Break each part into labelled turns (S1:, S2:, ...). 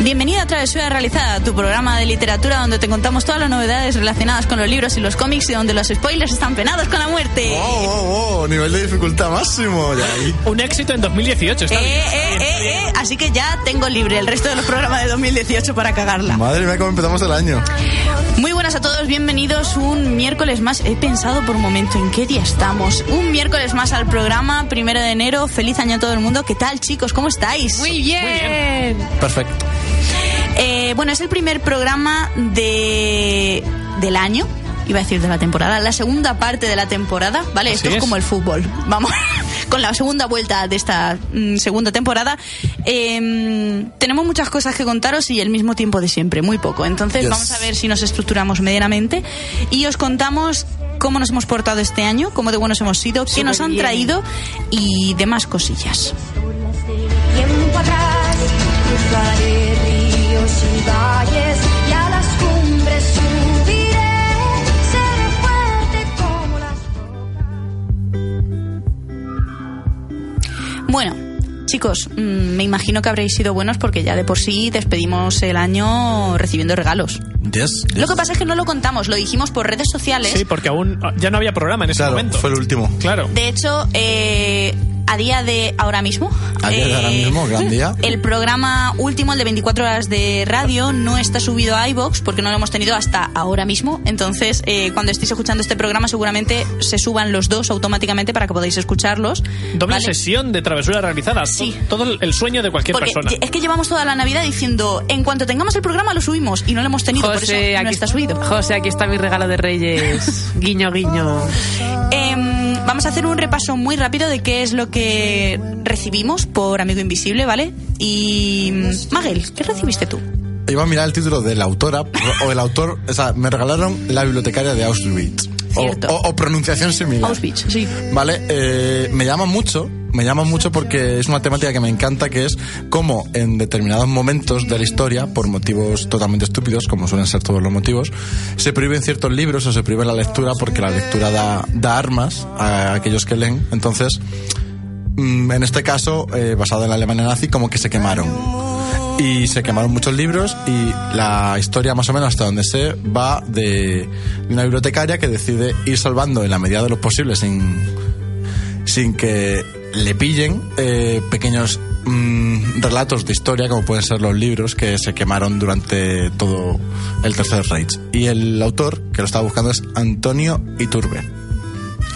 S1: Bienvenido a Travesura Realizada, tu programa de literatura donde te contamos todas las novedades relacionadas con los libros y los cómics y donde los spoilers están penados con la muerte.
S2: Oh, oh, oh, nivel de dificultad máximo. Ya ahí.
S3: Un éxito en
S1: Eh,
S3: 2018, está bien.
S1: eh, eh, eh. Así que ya tengo libre el resto de los programas de 2018 para cagarla.
S2: Madre mía, cómo empezamos el año.
S1: Muy buenas a todos, bienvenidos un miércoles más. He pensado por un momento en qué día estamos. Un miércoles más al programa, primero de enero. Feliz año a todo el mundo. ¿Qué tal, chicos? ¿Cómo estáis?
S4: Muy bien.
S3: Perfecto.
S1: Eh, bueno, es el primer programa de del año, iba a decir de la temporada, la segunda parte de la temporada, ¿vale?
S3: Así
S1: Esto es,
S3: es.
S1: como el fútbol. Vamos con la segunda vuelta de esta mm, segunda temporada. Eh, tenemos muchas cosas que contaros y el mismo tiempo de siempre, muy poco. Entonces
S2: Yes.
S1: vamos a ver si nos estructuramos medianamente y os contamos cómo nos hemos portado este año, cómo de buenos hemos sido, qué nos han
S4: Superbién.
S1: traído y demás cosillas.
S5: Tiempo atrás cruzaré ríos y valles y a las cumbres subiré. Seré fuerte como las
S1: Bueno, chicos, mm, me imagino que habréis sido buenos porque ya de por sí despedimos el año recibiendo regalos.
S2: Yes,
S1: Lo que pasa es que no lo contamos, lo dijimos por redes sociales.
S3: Sí, porque aún ah, ya no había programa en ese
S2: Claro,
S3: momento.
S2: fue el último.
S3: Claro.
S1: De hecho, eh, a día de ahora mismo, eh,
S2: A día de ahora mismo, gran día.
S1: el programa último, el de 24 horas de radio, no está subido a iBox porque no lo hemos tenido hasta ahora mismo. Entonces, eh, cuando estéis escuchando este programa, seguramente se suban los dos automáticamente para que podáis escucharlos.
S3: Doble
S1: ¿vale?
S3: sesión de travesura realizada.
S1: Sí.
S3: Todo el- el sueño de cualquier
S1: Porque
S3: persona.
S1: es que llevamos toda la Navidad diciendo, en cuanto tengamos el programa lo subimos y no lo hemos tenido, por eso no está subido.
S4: José, aquí está mi regalo de Reyes. guiño, guiño.
S1: Em, vamos a hacer un repaso muy rápido de qué es lo que recibimos por Amigo Invisible, ¿vale? Y mm, Magel, ¿qué recibiste tú?
S2: Iba a mirar el título de la autora o el autor. O sea, me regalaron la bibliotecaria de Auschwitz. O,
S1: Cierto.
S2: o- o pronunciación similar.
S1: Auschwitz, Pues, sí.
S2: Vale, eh, me llama mucho, me llama mucho porque es una temática que me encanta, que es cómo en determinados momentos de la historia, por motivos totalmente estúpidos, como suelen ser todos los motivos, se prohíben ciertos libros o se prohíbe la lectura porque la lectura da, da armas a aquellos que leen. Entonces, mm, en este caso, eh, basado en la Alemania nazi, como que se quemaron. Y se quemaron muchos libros y la historia más o menos hasta donde sé va de una bibliotecaria que decide ir salvando en la medida de lo posible sin, sin que le pillen eh, pequeños mm, relatos de historia como pueden ser los libros que se quemaron durante todo el Tercer Reich. Y el autor que lo estaba buscando es Antonio Iturbe.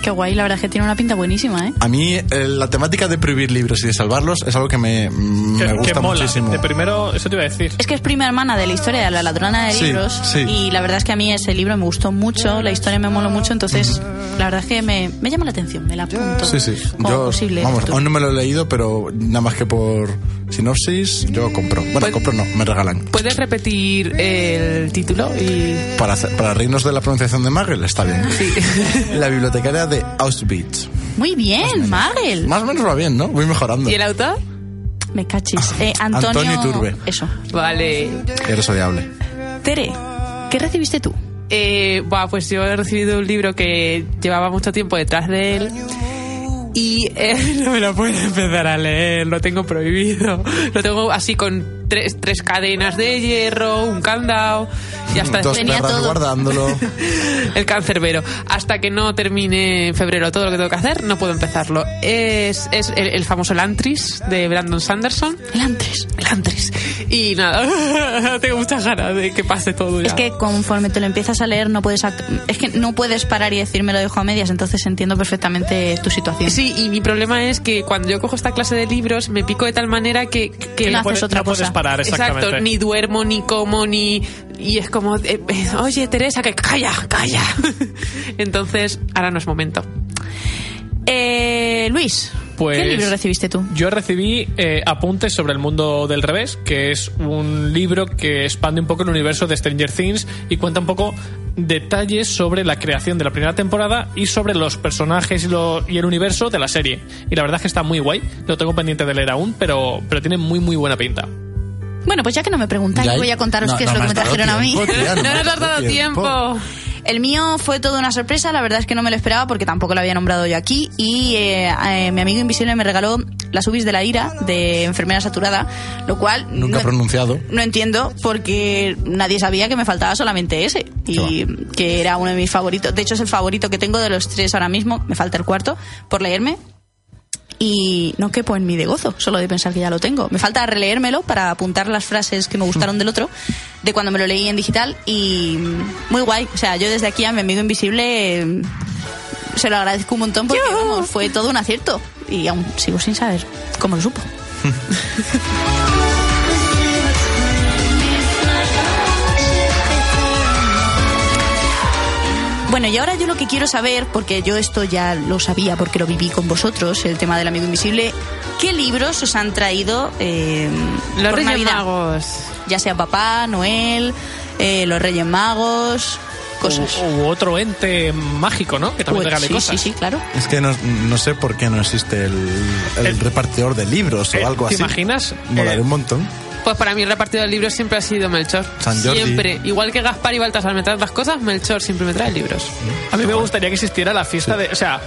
S1: Qué guay, la verdad es que tiene una pinta buenísima, ¿eh?
S2: A mí eh, la temática de prohibir libros y de salvarlos es algo que me, mm, me
S3: Que- que
S2: gusta
S3: mola.
S2: muchísimo.
S3: De primero, eso te iba a decir.
S1: Es que es prima hermana de la historia de la ladrona de
S2: Sí,
S1: libros
S2: sí.
S1: y la verdad es que a mí ese libro me gustó mucho, la historia me moló mucho, entonces la verdad es que me, me llama la atención, me la apunto.
S2: Sí, sí.
S1: como
S2: Yo,
S1: posible
S2: vamos,
S1: futuro.
S2: aún no me lo he leído, pero nada más que por sinopsis, yo compro. Bueno,
S4: Pues-
S2: compro no, me regalan.
S4: ¿Puedes repetir el título? Y...
S2: Para, hacer- para reírnos de la pronunciación de Magel, está bien. La bibliotecaria de Auschwitz.
S1: Muy bien, Magel.
S2: Más o menos va bien, ¿no? Voy mejorando.
S4: ¿Y el autor?
S1: Me cachis. Eh, Antonio...
S2: Antonio Iturbe.
S1: Eso.
S4: Vale.
S2: Eres odiable.
S1: Tere, ¿qué recibiste tú?
S4: Eh, buah, pues yo he recibido un libro que llevaba mucho tiempo detrás de él. Y eh, no me lo puedo empezar a leer, lo tengo prohibido. Lo tengo así con tres, tres cadenas de hierro, un candado y hasta este
S2: Dos
S1: Tenía
S2: perras
S1: todo.
S2: guardándolo.
S4: el cancerbero. Hasta que no termine en febrero todo lo que tengo que hacer, no puedo empezarlo. Es, es el, el famoso Lantris de Brandon Sanderson.
S1: El antes.
S4: Lantris. Y nada, tengo muchas ganas de que pase todo. ya.
S1: Es que conforme te lo empiezas a leer no puedes ac- es que no puedes parar y decirme lo dejo a medias, entonces entiendo perfectamente tu situación.
S4: Sí, y mi problema es que cuando yo cojo esta clase de libros me pico de tal manera que... que-
S1: No haces
S3: puedes-
S1: otra
S3: no puedes
S1: cosa.
S3: parar, exactamente.
S4: Exacto, ni duermo, ni como, ni... Y es como, eh, eh, oye Teresa, que calla, calla. Entonces, ahora no es momento.
S1: Eh, Luis,
S3: Pues-
S1: ¿qué libro recibiste tú?
S3: Yo recibí eh, Apuntes sobre el mundo del revés, que es un libro que expande un poco el universo de Stranger Things y cuenta un poco detalles sobre la creación de la primera temporada y sobre los personajes y, lo- y el universo de la serie. Y la verdad es que está muy guay, lo tengo pendiente de leer aún, pero, pero tiene muy muy buena pinta.
S1: Bueno, pues ya que no me preguntáis,
S2: Ya hay-
S1: voy a contaros
S2: No,
S1: qué es
S2: no
S1: lo que
S2: has
S1: me
S2: dado
S1: trajeron a mí.
S2: tiempo, tía,
S4: no
S2: me
S4: nos has dado tiempo.
S1: El mío fue toda una sorpresa, la verdad es que no me lo esperaba porque tampoco lo había nombrado yo aquí. Y eh, eh, mi amigo invisible me regaló las ubis de la ira de enfermera saturada, lo cual.
S2: Nunca
S1: no-
S2: pronunciado.
S1: No entiendo porque nadie sabía que me faltaba solamente ese y que era uno de mis favoritos. De hecho, es el favorito que tengo de los tres ahora mismo. Me falta el cuarto por leerme. Y no quepo en mi de gozo, solo de pensar que ya lo tengo. Me falta releérmelo para apuntar las frases que me gustaron del otro, de cuando me lo leí en digital. Y mm, muy guay. O sea, yo desde aquí a mi amigo invisible eh, se lo agradezco un montón porque vamos, fue todo un acierto. Y aún sigo sin saber cómo lo supo. Bueno, y ahora yo lo que quiero saber, porque yo esto ya lo sabía porque lo viví con vosotros, el tema del amigo invisible, ¿qué libros os han traído eh,
S4: Los
S1: por
S4: Reyes
S1: Navidad?
S4: Magos.
S1: Ya sea papá, Noel, eh, los Reyes Magos, cosas.
S3: U, u otro ente mágico, ¿no? Que también
S1: Pues,
S3: regale
S1: sí,
S3: cosas.
S1: sí, sí, claro.
S2: Es que no, no sé por qué no existe el, el
S3: El-
S2: repartidor de libros
S3: Eh,
S2: o algo
S3: ¿te
S2: así.
S3: imaginas?
S2: Molaría
S3: Eh,
S2: un montón.
S4: Pues para mí el repartido de libros siempre ha sido Melchor.
S2: San Jordi.
S4: Siempre. Igual que Gaspar y Baltasar me traen las cosas, Melchor siempre me trae libros.
S3: A mí me gustaría que existiera la fiesta de. O sea,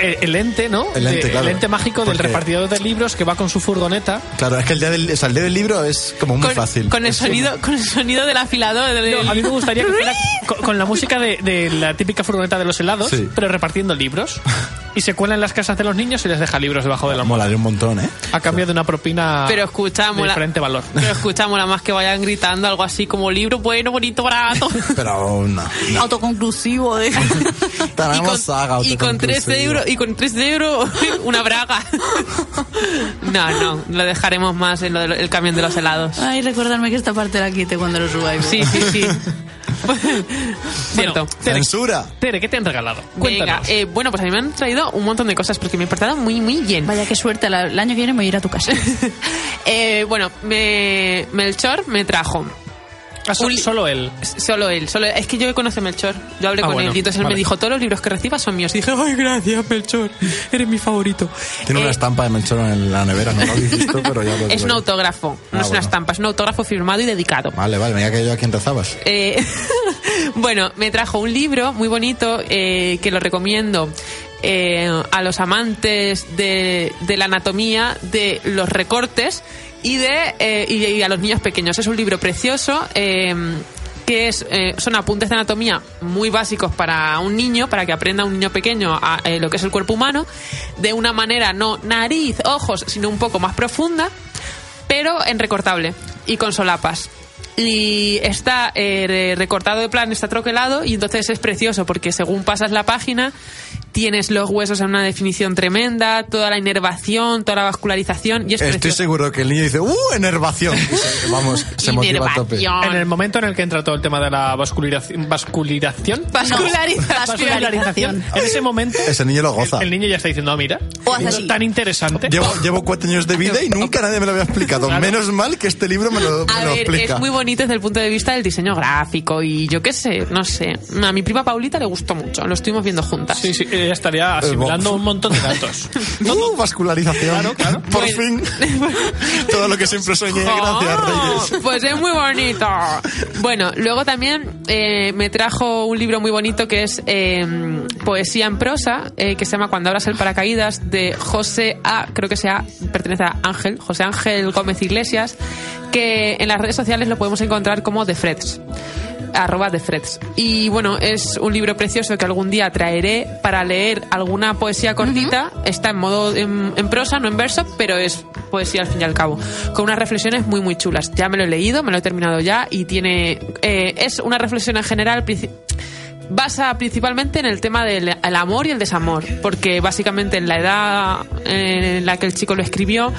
S3: el, el ente, ¿no?
S2: El ente,
S3: De-
S2: claro.
S3: el ente mágico del
S2: Porque-
S3: repartidor de libros que va con su furgoneta.
S2: Claro, es que el día del, o sea, el día del libro es como muy
S4: con,
S2: fácil.
S4: Con el,
S2: Es como-
S4: sonido, con el sonido del afilador. del-
S3: No, a mí me gustaría que fuera con, con la música de, de la típica furgoneta de los helados,
S2: Sí.
S3: pero repartiendo libros. Y se cuela en las casas de los niños y les deja libros debajo de la mano.
S2: Molaría un montón, ¿eh?
S3: A cambio de una propina
S4: Pero escucha,
S3: de
S4: mola-
S3: diferente valor.
S4: Pero escuchamos nada más que vayan gritando algo así como libro bueno, bonito, barato.
S2: Pero no.
S1: Autoconclusivo de...
S4: y,
S2: Tenemos
S4: con,
S2: saga
S4: y con
S2: autoconclusiva.
S4: 3 euros, y con 3 euros una braga. no, no, lo dejaremos más en lo del el camión de los helados.
S1: Ay, recordarme que esta parte la quite cuando lo subáis.
S4: Sí, sí, sí. Cierto.
S3: Bueno, Tere,
S2: Censura.
S3: Tere, ¿qué te han regalado?
S4: Venga,
S3: Cuéntanos.
S4: eh, bueno, pues a mí me han traído un montón de cosas porque me he portado muy, muy bien.
S1: Vaya, qué suerte. la- El año que viene me voy a ir a tu casa.
S4: Eh, bueno, me, Melchor me trajo.
S3: Ah, so-
S4: un-
S3: solo él.
S4: Solo él, solo él. Es que yo conozco a Melchor. Yo hablé
S3: Ah,
S4: con
S3: bueno,
S4: él y entonces él
S3: vale.
S4: me dijo, todos los libros que recibas son míos. Y dije, ay, gracias, Melchor. Eres mi favorito.
S2: Tiene una
S4: Eh,
S2: estampa de Melchor en la nevera, no lo dijiste, pero ya lo
S4: Es un
S2: digo.
S4: autógrafo, no
S2: Ah,
S4: es una
S2: bueno.
S4: estampa, es un autógrafo firmado y dedicado.
S2: Vale, vale, me había caído a quien rezabas.
S4: Eh, bueno, me trajo un libro muy bonito eh, que lo recomiendo eh, a los amantes de, de la anatomía, de los recortes y de eh, y, y a los niños pequeños. Es un libro precioso. eh, que es, eh, son apuntes de anatomía muy básicos para un niño, para que aprenda un niño pequeño a, eh, lo que es el cuerpo humano, de una manera no nariz, ojos, sino un poco más profunda pero en recortable y con solapas. Y está eh, re- recortado de plan, está troquelado y entonces es precioso porque según pasas la página tienes los huesos en una definición tremenda, toda la inervación, toda la vascularización y es
S2: Estoy
S4: precioso.
S2: seguro que el niño dice, ¡uh, enervación! Y se- vamos, se motiva a tope.
S4: Inervación.
S3: En el momento en el que entra todo el tema de la vascularización. vascularización
S4: Vascularización.
S1: Vascularización.
S3: En ese momento.
S2: Ese niño lo goza.
S3: El, el niño ya está diciendo, "Ah, mira,
S1: O hace así.
S3: tan interesante.
S2: Llevo, llevo cuatro años de vida y nunca nadie me lo había explicado. Menos mal que este libro me lo, me
S4: A
S2: lo
S4: ver,
S2: explica.
S4: es muy bonito desde el punto de vista del diseño gráfico y yo qué sé, no sé. A mi prima Paulita le gustó mucho, lo estuvimos viendo juntas.
S3: Sí, sí, ella
S2: Eh,
S3: estaría asimilando un montón de datos.
S2: Uh, vascularización.
S3: Claro, claro.
S2: Por
S4: Bueno.
S2: fin. Todo lo que siempre soñé. Gracias,
S4: Pues- Oh,
S2: Reyes.
S4: Pues es muy bonito. Bueno, luego también eh, me trajo un libro muy bonito que es eh, Poesía en prosa, eh, que se llama Cuando abras el paracaídas, de José A, creo que sea, pertenece a Ángel, José Ángel Gómez Iglesias, que en las redes sociales lo podemos encontrar como The Freds arroba de Freds. Y bueno, es un libro precioso que algún día traeré para leer alguna poesía cortita. Está en modo en, en prosa, no en verso, pero es poesía al fin y al cabo. Con unas reflexiones muy, muy chulas. Ya me lo he leído, me lo he terminado ya y tiene. eh, es una reflexión en general. princi- basa principalmente en el tema del el amor y el desamor, porque básicamente en la edad en la que el chico lo escribió,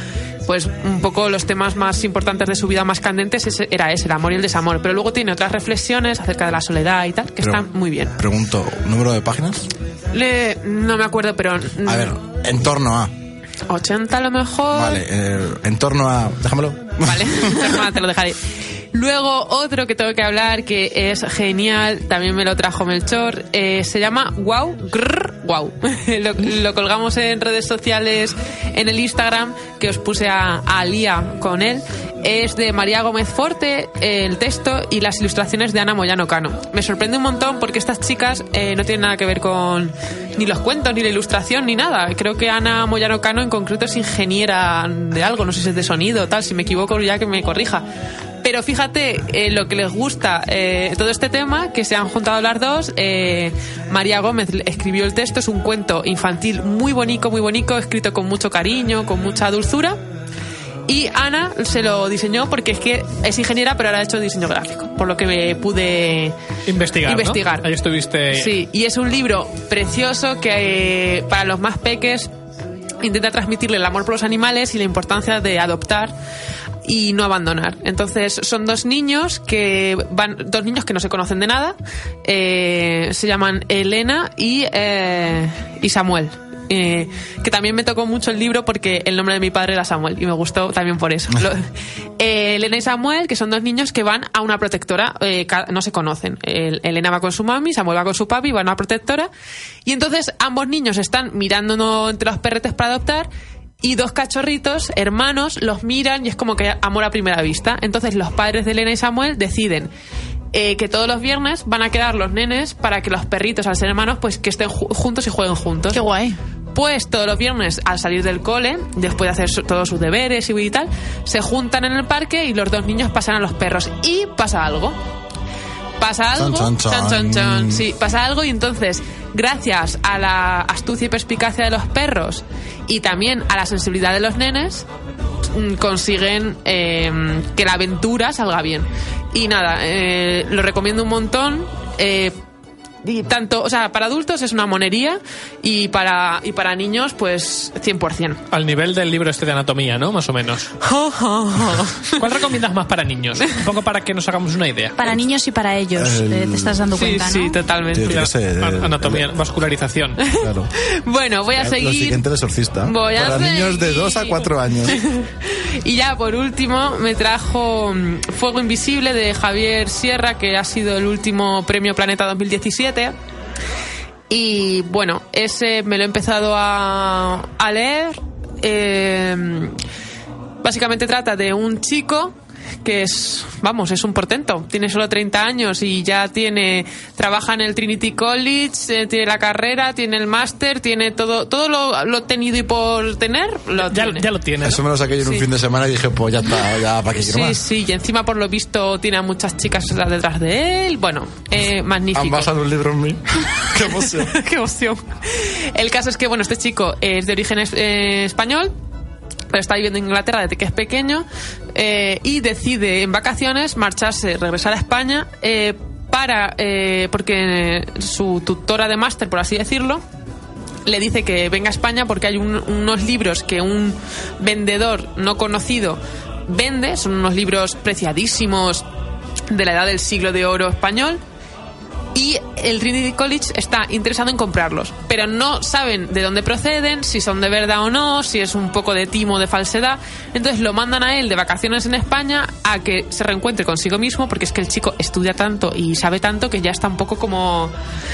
S4: pues un poco los temas más importantes de su vida, más candentes, ese- era ese, el amor y el desamor. Pero luego tiene otras reflexiones acerca de la soledad y tal, que
S2: Pero-
S4: están muy bien.
S2: Pregunto, ¿número de páginas?
S4: Le- no me acuerdo, pero... mm,
S2: A ver, en torno a.
S4: 80 a lo mejor.
S2: Vale, eh, en torno a. Déjamelo.
S4: Vale, Hermana, te lo dejaré. Luego otro que tengo que hablar que es genial, también me lo trajo Melchor, eh, se llama Wow Grrr, Wow. lo, lo colgamos en redes sociales, en el Instagram, que os puse a, a Lía con él. Es de María Gómez Forte, eh, el texto y las ilustraciones de Ana Moyano Cano. Me sorprende un montón porque estas chicas eh, no tienen nada que ver con ni los cuentos, ni la ilustración, ni nada. Creo que Ana Moyano Cano en concreto es ingeniera de algo, no sé si es de sonido, tal, si me equivoco ya que me corrija. Pero fíjate eh, lo que les gusta eh, todo este tema, que se han juntado las dos. eh, María Gómez escribió el texto, es un cuento infantil muy bonito, muy bonito, escrito con mucho cariño, con mucha dulzura. Y Ana se lo diseñó porque es que es ingeniera, pero ahora ha hecho diseño gráfico, por lo que me pude
S3: Investigar. ¿no?
S4: Investigar.
S3: Ahí estuviste.
S4: Sí, y es un libro precioso que eh, para los más peques intenta transmitirle el amor por los animales y la importancia de adoptar y no abandonar. Entonces son dos niños que van, dos niños que no se conocen de nada, eh, se llaman Elena y, eh, y Samuel. eh, que también me tocó mucho el libro porque el nombre de mi padre era Samuel y me gustó también por eso. Lo- eh, Elena y Samuel, que son dos niños que van a una protectora, eh, ca- no se conocen. El- Elena va con su mami, Samuel va con su papi, van a una protectora. Y entonces ambos niños están mirándonos entre los perretes para adoptar. Y dos cachorritos, hermanos, los miran y es como que amor a primera vista. Entonces los padres de Elena y Samuel deciden eh, que todos los viernes van a quedar los nenes para que los perritos, al ser hermanos, pues que estén ju- juntos y jueguen juntos.
S1: Qué guay.
S4: Pues todos los viernes, al salir del cole, después de hacer su- todos sus deberes y tal, se juntan en el parque y los dos niños pasan a los perros. Y pasa algo. Pasa
S2: Chan,
S4: algo.
S2: chan, chan.
S4: chan. Sí, pasa algo y entonces, gracias a la astucia y perspicacia de los perros y también a la sensibilidad de los nenes, mm, consiguen eh, que la aventura salga bien. Y nada, eh, lo recomiendo un montón. eh, y tanto, o sea, para adultos es una monería y para, y para niños, pues 100%.
S3: Al nivel del libro este de anatomía, ¿no? Más o menos. ¿Cuál recomiendas más para niños? Un poco para que nos hagamos una idea.
S1: Para niños y para ellos,
S2: El-
S1: eh, te estás dando
S4: sí,
S1: cuenta,
S4: sí,
S1: ¿no?
S2: Yo
S4: totalmente.
S2: creo sé, el-
S3: Anatomía, vascularización.
S2: Claro.
S4: Bueno, voy a
S2: Lo
S4: seguir.
S2: siguiente, el exorcista.
S4: Voy a
S2: Para niños de
S4: seguir.
S2: 2 a 4 años.
S4: Y ya por último me trajo mm, Fuego Invisible de Javier Sierra, que ha sido el último premio Planeta 2017. Y bueno, ese me lo he empezado a, a leer. Eh, básicamente trata de un chico que es, vamos, es un portento. Tiene solo 30 años y ya tiene, trabaja en el Trinity College, eh, tiene la carrera, tiene el máster, tiene todo, todo lo, lo tenido y por tener. Lo
S3: Ya,
S4: tiene.
S3: ya lo tienes.
S2: Eso me lo saqué yo en un
S4: Sí.
S2: fin de semana y dije, pues ya está, ya para qué quiero
S4: Sí,
S2: más.
S4: sí, y encima por lo visto tiene a muchas chicas detrás de él. Bueno, eh,
S2: Han
S4: magnífico.
S2: basado un libro en mí. qué emoción.
S4: Qué emoción. El caso es que, bueno, este chico es de origen es- eh, español, pero está viviendo en Inglaterra desde que es pequeño eh, y decide en vacaciones marcharse, regresar a España eh, para, eh, porque su tutora de máster, por así decirlo, le dice que venga a España porque hay un- unos libros que un vendedor no conocido vende, son unos libros preciadísimos de la edad del siglo de oro español y el Trinity College está interesado en comprarlos, pero no saben de dónde proceden, si son de verdad o no, si es un poco de timo, de falsedad. Entonces lo mandan a él de vacaciones en España a que se reencuentre consigo mismo, porque es que el chico estudia tanto y sabe tanto que ya está un poco como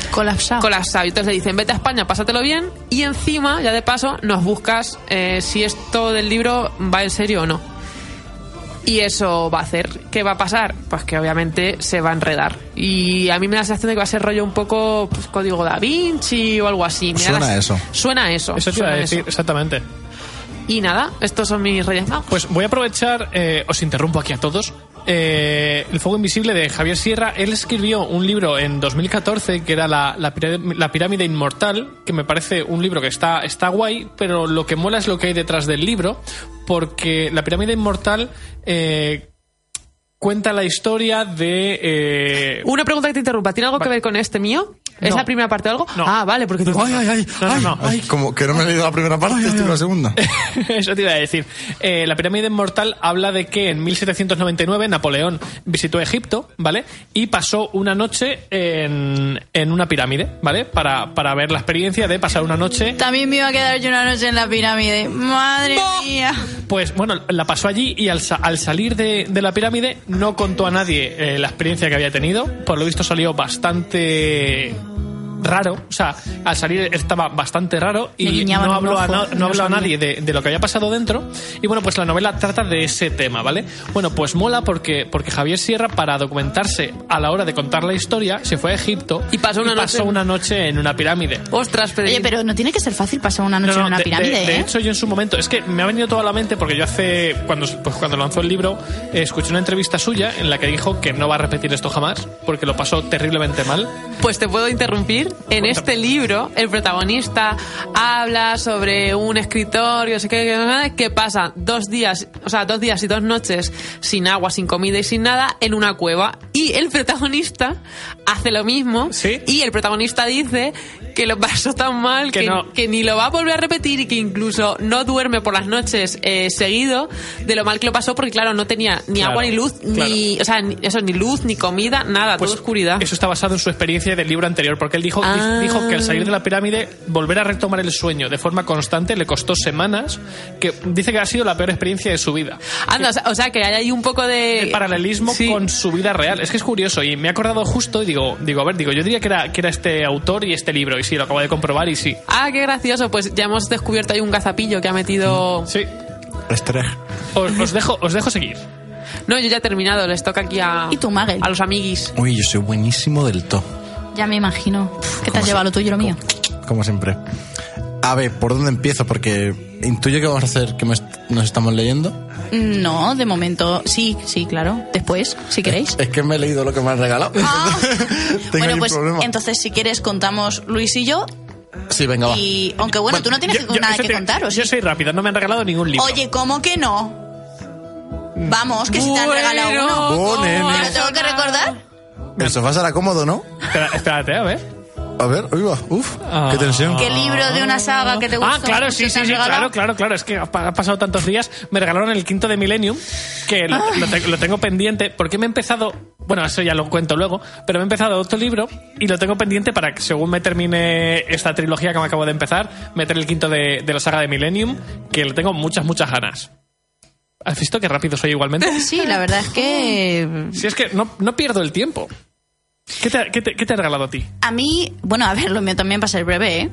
S1: Colapsado.
S4: colapsado. Entonces le dicen, vete a España, pásatelo bien y encima, ya de paso, nos buscas eh, si esto del libro va en serio o no. Y eso va a hacer. ¿Qué va a pasar? Pues que obviamente se va a enredar. Y a mí me da la sensación de que va a ser rollo un poco pues, código da Vinci o algo así. Me da la
S2: Suena
S4: se-
S2: eso.
S4: Suena a eso.
S3: Eso te iba a
S4: suena a
S3: decir,
S4: eso.
S3: exactamente.
S4: Y nada, estos son mis Reyes Magos.
S3: Pues voy a aprovechar, eh, os interrumpo aquí a todos. eh, el fuego invisible de Javier Sierra. Él escribió un libro en 2014 que era la, la pirámide, la pirámide inmortal, que me parece un libro que está, está guay, pero lo que mola es lo que hay detrás del libro, porque la pirámide inmortal eh, cuenta la historia de. eh,
S4: Una pregunta que te interrumpa. ¿Tiene algo que
S3: Vale.
S4: ver con este mío? ¿Es
S3: No.
S4: la primera parte de algo?
S3: No.
S4: Ah, vale, porque tú...
S2: Ay, ay, ay,
S3: No, no,
S2: ay,
S3: no.
S2: ay, como que no me he leído la primera parte, estoy en la segunda.
S3: Eso te iba a decir. Eh, la pirámide inmortal habla de que en 1799 Napoleón visitó Egipto, ¿vale? Y pasó una noche en, en una pirámide, ¿vale? Para, para ver la experiencia de pasar una noche.
S1: También me iba a quedar yo una noche en la pirámide. Madre mía.
S3: Pues bueno, la pasó allí y al, sa- al salir de, de la pirámide no contó a nadie eh, la experiencia que había tenido. Por lo visto salió bastante raro, o sea, al salir estaba bastante raro
S1: Le
S3: y
S1: guiñaban
S3: no
S1: un
S3: habló, a,
S1: ojo,
S3: na- no
S1: no
S3: habló a
S1: sabía.
S3: nadie de, de lo que había pasado dentro. Y bueno, pues la novela trata de ese tema, ¿vale? Bueno, pues mola porque, porque Javier Sierra, para documentarse a la hora de contar la historia, se fue a Egipto
S4: Y pasó una noche en-
S3: una noche en una pirámide.
S4: Ostras, Federico.
S1: Oye, pero no tiene que ser fácil pasar una noche
S3: No, no,
S1: en una
S3: de-
S1: pirámide,
S3: de, de
S1: ¿eh?
S3: hecho, yo en su momento, es que me ha venido toda la mente porque yo hace, cuando, pues cuando lanzó el libro, eh, escuché una entrevista suya en la que dijo que no va a repetir esto jamás porque lo pasó terriblemente mal.
S4: Pues te puedo interrumpir. En este libro, el protagonista habla sobre un escritor, yo sé qué, qué- que pasa dos días, o sea, dos días y dos noches sin agua, sin comida y sin nada en una cueva. Y el protagonista hace lo mismo.
S3: ¿Sí?
S4: Y el protagonista dice que lo pasó tan mal
S3: Que
S4: que,
S3: no.
S4: que ni lo va a volver a repetir y que incluso no duerme por las noches eh, seguido de lo mal que lo pasó porque, claro, no tenía ni
S3: Claro,
S4: agua ni luz, ni, o sea, ni, eso, ni luz, ni comida, nada,
S3: Pues
S4: toda oscuridad.
S3: Eso está basado en su experiencia del libro anterior porque él dijo, di-
S4: Ah.
S3: dijo que al salir de la pirámide, volver a retomar el sueño de forma constante le costó semanas, que dice que ha sido la peor experiencia de su vida.
S4: Anda, Ah, o sea- o sea que hay ahí un poco de.
S3: el paralelismo
S4: Eh, Sí.
S3: con su vida real. Es que es curioso y me he acordado justo y digo, digo, a ver, digo, yo diría que era, que era este autor y este libro y sí, lo acabo de comprobar y sí.
S4: Ah, qué gracioso. Pues ya hemos descubierto ahí un gazapillo que ha metido.
S3: Mm, Sí,
S2: Estrés.
S3: Os, os dejo, os dejo seguir.
S4: No, yo ya he terminado. Les toca aquí a.
S1: ¿Y tú, Magel?
S4: A los amiguis.
S2: Uy, yo soy buenísimo del to.
S1: Ya me imagino. ¿Qué te
S2: ¿Cómo
S1: has
S2: se-
S1: llevado lo tuyo y lo mío?
S2: Como siempre. A ver, ¿por dónde empiezo? Porque intuyo que vamos a hacer que me est- nos estamos leyendo.
S1: No, de momento. Sí, sí, claro. Después, si queréis.
S2: Es que me he leído lo que me han regalado.
S1: Ah.
S2: Tengo ahí
S1: bueno,
S2: un
S1: pues
S2: problema.
S1: entonces, si quieres, contamos Luis y yo.
S2: Sí, venga, va.
S1: Y aunque bueno, tú no tienes
S3: Yo- yo-
S1: nada
S3: eso
S1: que
S3: te-
S1: contar, ¿o sí?
S3: Yo soy rápida, no me han regalado ningún libro.
S1: Oye, ¿cómo que no? Vamos, que si te han
S4: Bueno,
S1: regalado uno.
S2: Oh,
S4: ¿cómo
S2: nene.
S4: ha
S1: ¿Pero tengo que
S4: sonado?
S1: recordar?
S2: El sofá será cómodo, ¿no?
S3: Espera- espérate, a ver.
S2: A ver, uy, va. Uf, qué tensión.
S1: ¿Qué libro de una saga que te gusta?
S3: Ah, claro, sí, sí, sí, claro, claro, claro. Es que ha pa- ha pasado tantos días. Me regalaron el quinto de Millennium, que lo,
S1: Ah.
S3: lo te- lo tengo pendiente, porque me he empezado. Bueno, eso ya lo cuento luego, pero me he empezado otro libro y lo tengo pendiente para que, según me termine esta trilogía que me acabo de empezar, meter el quinto de, de la saga de Millennium, que le tengo muchas, muchas ganas. ¿Has visto qué rápido soy igualmente?
S1: Sí, la verdad es que
S3: Si es que no, no pierdo el tiempo. ¿Qué te, qué te- qué te ha regalado a ti?
S1: A mí, bueno, a ver, lo mío también va a ser breve, ¿eh?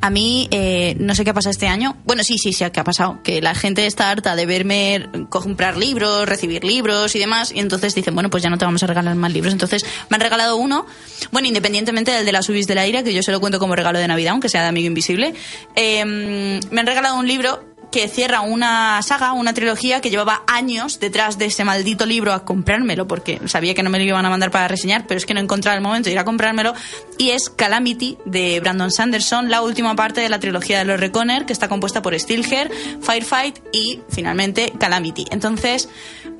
S1: A mí, eh, no sé qué ha pasado este año. Bueno, sí, sí, sí, que ha pasado. Que la gente está harta de verme comprar libros, recibir libros y demás. Y entonces dicen, bueno, pues ya no te vamos a regalar más libros. Entonces me han regalado uno. Bueno, independientemente del de las subis de la ira, que yo se lo cuento como regalo de Navidad, aunque sea de Amigo Invisible. eh, me han regalado un libro que cierra una saga, una trilogía que llevaba años detrás de ese maldito libro a comprármelo, porque sabía que no me lo iban a mandar para reseñar, pero es que no encontraba el momento de ir a comprármelo, y es Calamity de Brandon Sanderson, la última parte de la trilogía de los Reconner, que está compuesta por Steelhead, Firefight y finalmente Calamity. Entonces,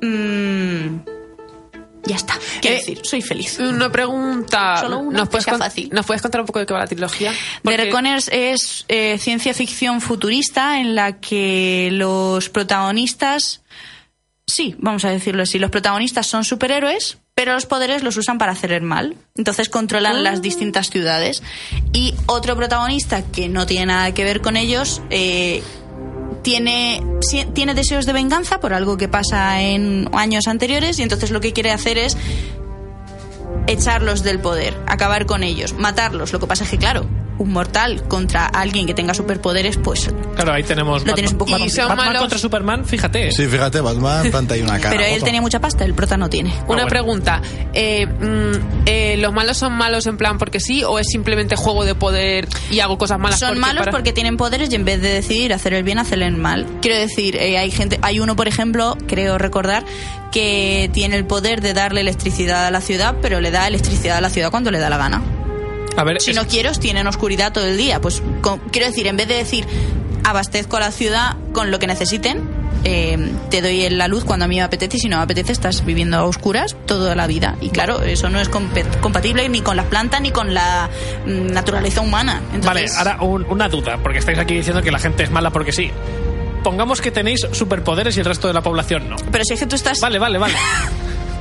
S1: mm, ya está. Quiero
S4: Eh,
S1: decir, soy feliz.
S4: Una pregunta.
S1: Solo una,
S4: ¿Nos
S1: que
S4: puedes,
S1: sea
S4: con-
S1: fácil.
S4: ¿Nos puedes contar un poco de qué va la trilogía?
S1: The
S4: Porque-
S1: Reckoners es eh, ciencia ficción futurista en la que los protagonistas, sí, vamos a decirlo así, los protagonistas son superhéroes, pero los poderes los usan para hacer el mal. Entonces controlan las distintas ciudades. Y otro protagonista que no tiene nada que ver con ellos, eh, tiene, si- tiene deseos de venganza por algo que pasa en años anteriores y entonces lo que quiere hacer es echarlos del poder, acabar con ellos, matarlos. Lo que pasa es que, claro, un mortal contra alguien que tenga superpoderes, pues...
S3: Claro, ahí tenemos.
S1: Lo tienes un poco
S3: Batman,
S4: Y son
S3: Batman
S4: malos.
S3: contra Superman, fíjate.
S2: Sí, fíjate, Batman planta ahí una cara.
S1: Pero él
S2: guapa.
S1: tenía mucha pasta, el prota no tiene.
S3: Ah,
S4: Una
S3: bueno.
S4: pregunta. Eh, mm, eh, ¿Los malos son malos en plan porque sí o es simplemente juego de poder y hago cosas malas?
S1: Son malos
S4: para-
S1: porque tienen poderes y en vez de decidir hacer el bien, hacen el mal. Quiero decir, eh, hay gente, hay uno, por ejemplo, creo recordar, que tiene el poder de darle electricidad a la ciudad, pero le da electricidad a la ciudad cuando le da la gana.
S3: A ver,
S1: Si
S3: es-
S1: no quiero, tienen oscuridad todo el día. Pues con- quiero decir, en vez de decir abastezco a la ciudad con lo que necesiten, eh, te doy la luz cuando a mí me apetece y si no me apetece estás viviendo a oscuras toda la vida. Y claro, eso no es compe- compatible ni con las plantas ni con la mm, naturaleza humana.
S3: Vale,
S1: Entonces,
S3: ahora un- una duda, porque estáis aquí diciendo que la gente es mala porque sí. Pongamos que tenéis superpoderes y el resto de la población no.
S1: Pero si es que tú estás...
S3: Vale, vale, vale.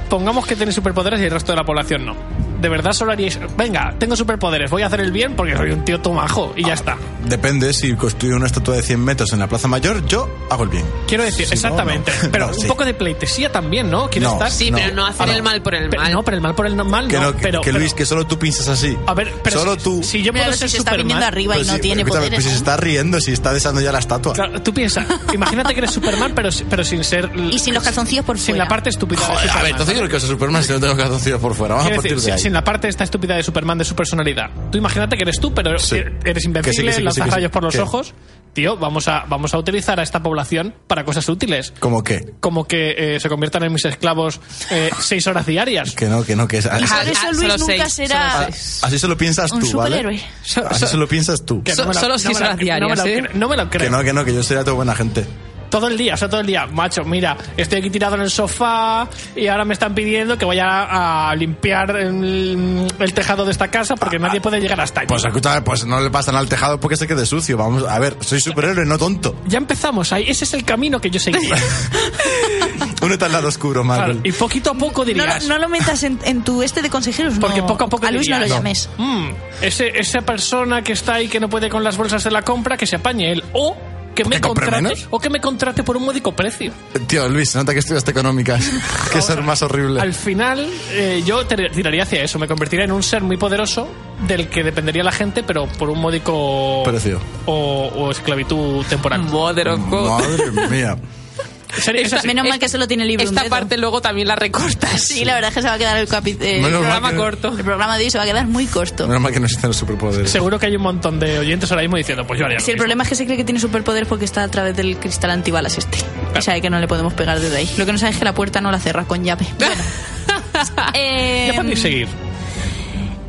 S3: Pongamos que tenéis superpoderes y el resto de la población no. De verdad solo haríais, venga, tengo superpoderes, voy a hacer el bien porque soy un tío tomajo
S2: Ah.
S3: y ya está.
S2: Depende, si construyo una estatua de 100 metros en la Plaza Mayor, yo hago el bien.
S3: Quiero decir,
S2: Si no,
S3: exactamente,
S2: no.
S3: pero
S2: No,
S3: un
S2: sí.
S3: poco de pleitesía también, ¿no? Quiero
S2: No,
S3: estar
S4: Sí,
S2: No.
S4: pero no hacen
S2: Ah, no.
S4: el mal por el
S3: Pero-
S4: mal.
S3: no, pero el mal por el mal
S2: Que,
S3: no,
S2: no, que-
S3: pero,
S2: que
S3: pero-
S2: Luis, que solo tú piensas así.
S3: a ver, pero
S2: solo
S3: si,
S2: tú.
S3: si yo puedo
S1: Claro,
S3: ser
S1: si se está viniendo
S3: Superman,
S1: arriba y
S2: Pero
S1: no
S2: si-
S1: tiene
S2: escúchame,
S1: poderes.
S2: Pues si se está riendo, si está desarrollando ya la estatua.
S3: claro, tú piensas, imagínate que eres Superman pero, si- pero sin ser
S1: Y sin los calzoncillos por
S3: sin
S1: fuera.
S3: la parte estúpida de
S2: Joder, a
S3: Superman.
S2: ver, entonces yo no quiero ser Superman si no tengo calzoncillos por fuera. Vamos a
S3: Quiero
S2: partir
S3: decir,
S2: de
S3: sin,
S2: ahí.
S3: sin la parte esta estúpida de Superman de su personalidad. Tú imagínate que eres tú, pero
S2: Sí.
S3: eres invencible,
S2: Que sí, que sí, que sí,
S3: lanzas
S2: que sí.
S3: rayos por los
S2: ¿Qué?
S3: ojos. Tío, vamos a, vamos a utilizar a esta población para cosas útiles.
S2: ¿Cómo qué?
S3: Como que eh, se conviertan en mis esclavos eh, seis horas diarias.
S2: Que no, que no, que es.
S1: Y
S4: Ah,
S1: por eso
S4: ah,
S1: Luis
S4: solo
S1: nunca
S4: seis,
S1: será
S4: solo
S2: Ah, Así se lo piensas
S1: un
S2: tú,
S1: superhéroe.
S2: ¿vale?
S4: So-
S2: Así
S4: so-
S2: se lo piensas tú.
S3: Que
S4: So-
S3: me la-
S4: solo seis
S3: me la-
S4: horas
S3: me la-
S4: diarias, ¿eh?
S3: No me lo creo.
S2: Que no, que no, que yo sería tu buena gente.
S3: Todo el día, o sea, todo el día. Macho, mira, estoy aquí tirado en el sofá y ahora me están pidiendo que vaya a limpiar el, el tejado de esta casa porque nadie puede llegar hasta allí.
S2: Pues escúchame, pues no le pasan al tejado porque se quede sucio. Vamos, a ver, soy superhéroe, no tonto.
S3: ya empezamos ahí. Ese es el camino que yo seguiría.
S2: Únete al lado oscuro, Marvel.
S3: Claro, y poquito a poco
S1: No,
S3: dirías...
S1: lo- no lo metas en, en tu este de consejeros. no.
S3: Porque poco a poco
S1: A Luis no lo
S3: dirías,
S1: llames.
S3: Mm, ese, esa persona que está ahí que no puede con las bolsas de la compra, que se apañe él. O que me
S2: ¿Que compre
S3: contrate.
S2: menos?
S3: O que me contrate por un módico precio.
S2: Tío, Luis, se nota que estudiaste económicas. que ser más horrible.
S3: Al final, eh, yo te- tiraría hacia eso. Me convertiría en un ser muy poderoso del que dependería la gente, pero por un módico.
S2: Precio.
S3: O, o esclavitud temporal.
S4: Mother of God.
S2: Madre mía.
S3: Sería- es así.
S1: Menos mal que se lo tiene libre un
S4: Esta
S1: dedo.
S4: parte luego también la recortas.
S1: Sí, la verdad es que se va a quedar el, capi- eh,
S2: Menos
S1: el
S2: mal
S1: programa
S2: que-
S1: corto. El programa de hoy se va a quedar muy corto.
S2: Menos mal que no existen los superpoderes.
S3: Seguro que hay un montón de oyentes ahora mismo diciendo, pues yo haría. lo
S1: Si el
S3: mismo.
S1: problema es que se cree que tiene superpoderes porque está a través del cristal antibalas este. O sea, que no le podemos pegar desde ahí. Lo que no sabe es que la puerta no la cerra con llave. Bueno. Eh,
S3: Ya podéis seguir.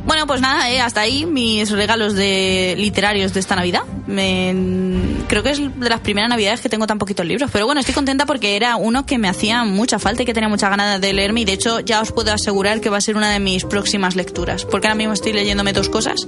S1: Bueno, pues nada, eh, hasta ahí mis regalos de literarios de esta Navidad. Me- creo que es de las primeras Navidades que tengo tan poquitos libros. Pero bueno, estoy contenta porque era uno que me hacía mucha falta y que tenía muchas ganas de leerme. Y de hecho, ya os puedo asegurar que va a ser una de mis próximas lecturas. Porque ahora mismo estoy leyéndome dos cosas.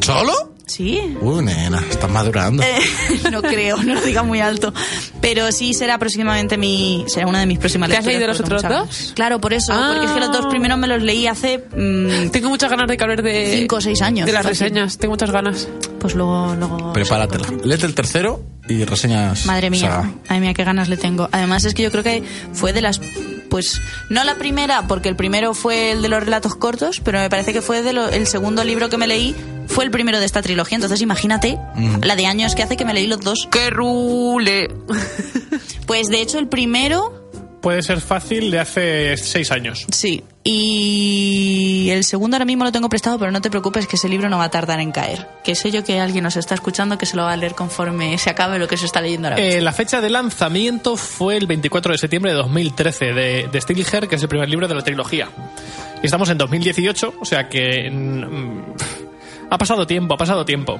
S2: ¿Solo?
S1: Sí,
S2: Uh, nena, estás madurando.
S1: Eh. no creo, no lo diga muy alto. Pero sí será próximamente mi. será una de mis próximas
S4: ¿Te has
S1: lecturas.
S4: leído los
S1: porque
S4: otros
S1: muchas ganas.
S4: dos?
S1: Claro, por eso.
S4: Ah.
S1: Porque es que los dos primeros me los leí hace. mm,
S4: Tengo muchas ganas de que hablar de.
S1: Cinco o seis años,
S4: De las
S1: fácil.
S4: reseñas. Tengo muchas ganas.
S1: pues luego. luego
S2: Prepáratela. Léete el tercero y reseñas.
S1: Madre mía,
S2: saga.
S1: ay mía, qué ganas le tengo. Además es que yo creo que fue de las, pues no la primera, porque el primero fue el de los relatos cortos, pero me parece que fue de lo- el segundo libro que me leí fue el primero de esta trilogía. Entonces imagínate la de años que hace que me leí los dos.
S4: ¡Qué rule!
S1: Pues de hecho el primero,
S3: Puede ser fácil de hace seis años.
S1: sí, y el segundo ahora mismo lo tengo prestado, pero no te preocupes que ese libro no va a tardar en caer. Que sé yo que alguien nos está escuchando que se lo va a leer conforme se acabe lo que se está leyendo ahora. mismo.
S3: Eh, la fecha de lanzamiento fue el 24 de septiembre de 2013 de, de Stilger, que es el primer libro de la trilogía. Y estamos en 2018, o sea que... mm, ha pasado tiempo, ha pasado tiempo.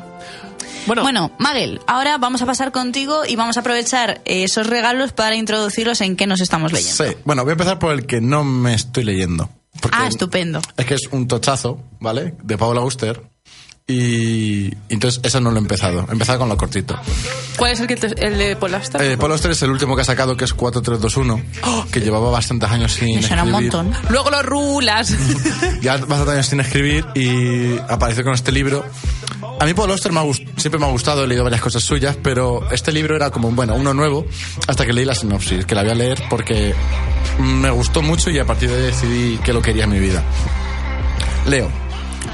S3: Bueno,
S1: Bueno, Magel, ahora vamos a pasar contigo y vamos a aprovechar eh, esos regalos para introducirlos en qué nos estamos leyendo.
S2: Sí. Bueno, voy a empezar por el que no me estoy leyendo. Porque
S1: Ah, estupendo.
S2: Es que es un tochazo, ¿vale? De Paula Auster. Y entonces eso no lo he empezado. He empezado con lo cortito.
S4: ¿Cuál es el, que te- el de Polasta?
S2: Eh, Paula Auster es el último que ha sacado, que es 4321, que llevaba bastantes años sin
S1: ¡Oh! Me suena un
S2: escribir.
S1: montón.
S4: Luego lo rulas.
S2: ya bastante años sin escribir y apareció con este libro. A mí Paul Auster me ha gust- siempre me ha gustado, he leído varias cosas suyas, pero este libro era como, bueno, uno nuevo, hasta que leí la sinopsis, que la voy a leer porque me gustó mucho y a partir de ahí decidí que lo quería en mi vida. Leo.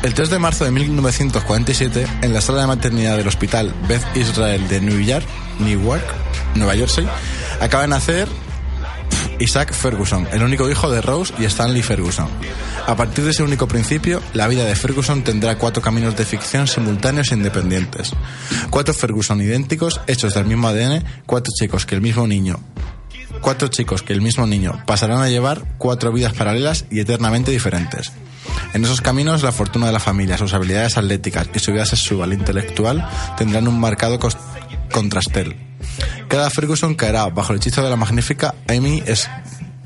S2: El 3 de marzo de 1947, en la sala de maternidad del hospital Beth Israel de New York, Newark, Nueva Jersey, acaba de nacer pff, Isaac Ferguson, el único hijo de Rose y Stanley Ferguson. A partir de ese único principio, la vida de Ferguson tendrá cuatro caminos de ficción simultáneos e independientes. Cuatro Ferguson idénticos, hechos del mismo ADN, cuatro chicos que el mismo niño cuatro chicos que el mismo niño pasarán a llevar cuatro vidas paralelas y eternamente diferentes. En esos caminos, la fortuna de la familia, sus habilidades atléticas y su vida sexual e intelectual tendrán un marcado cos- contrastel. Cada Ferguson caerá bajo el hechizo de la magnífica Amy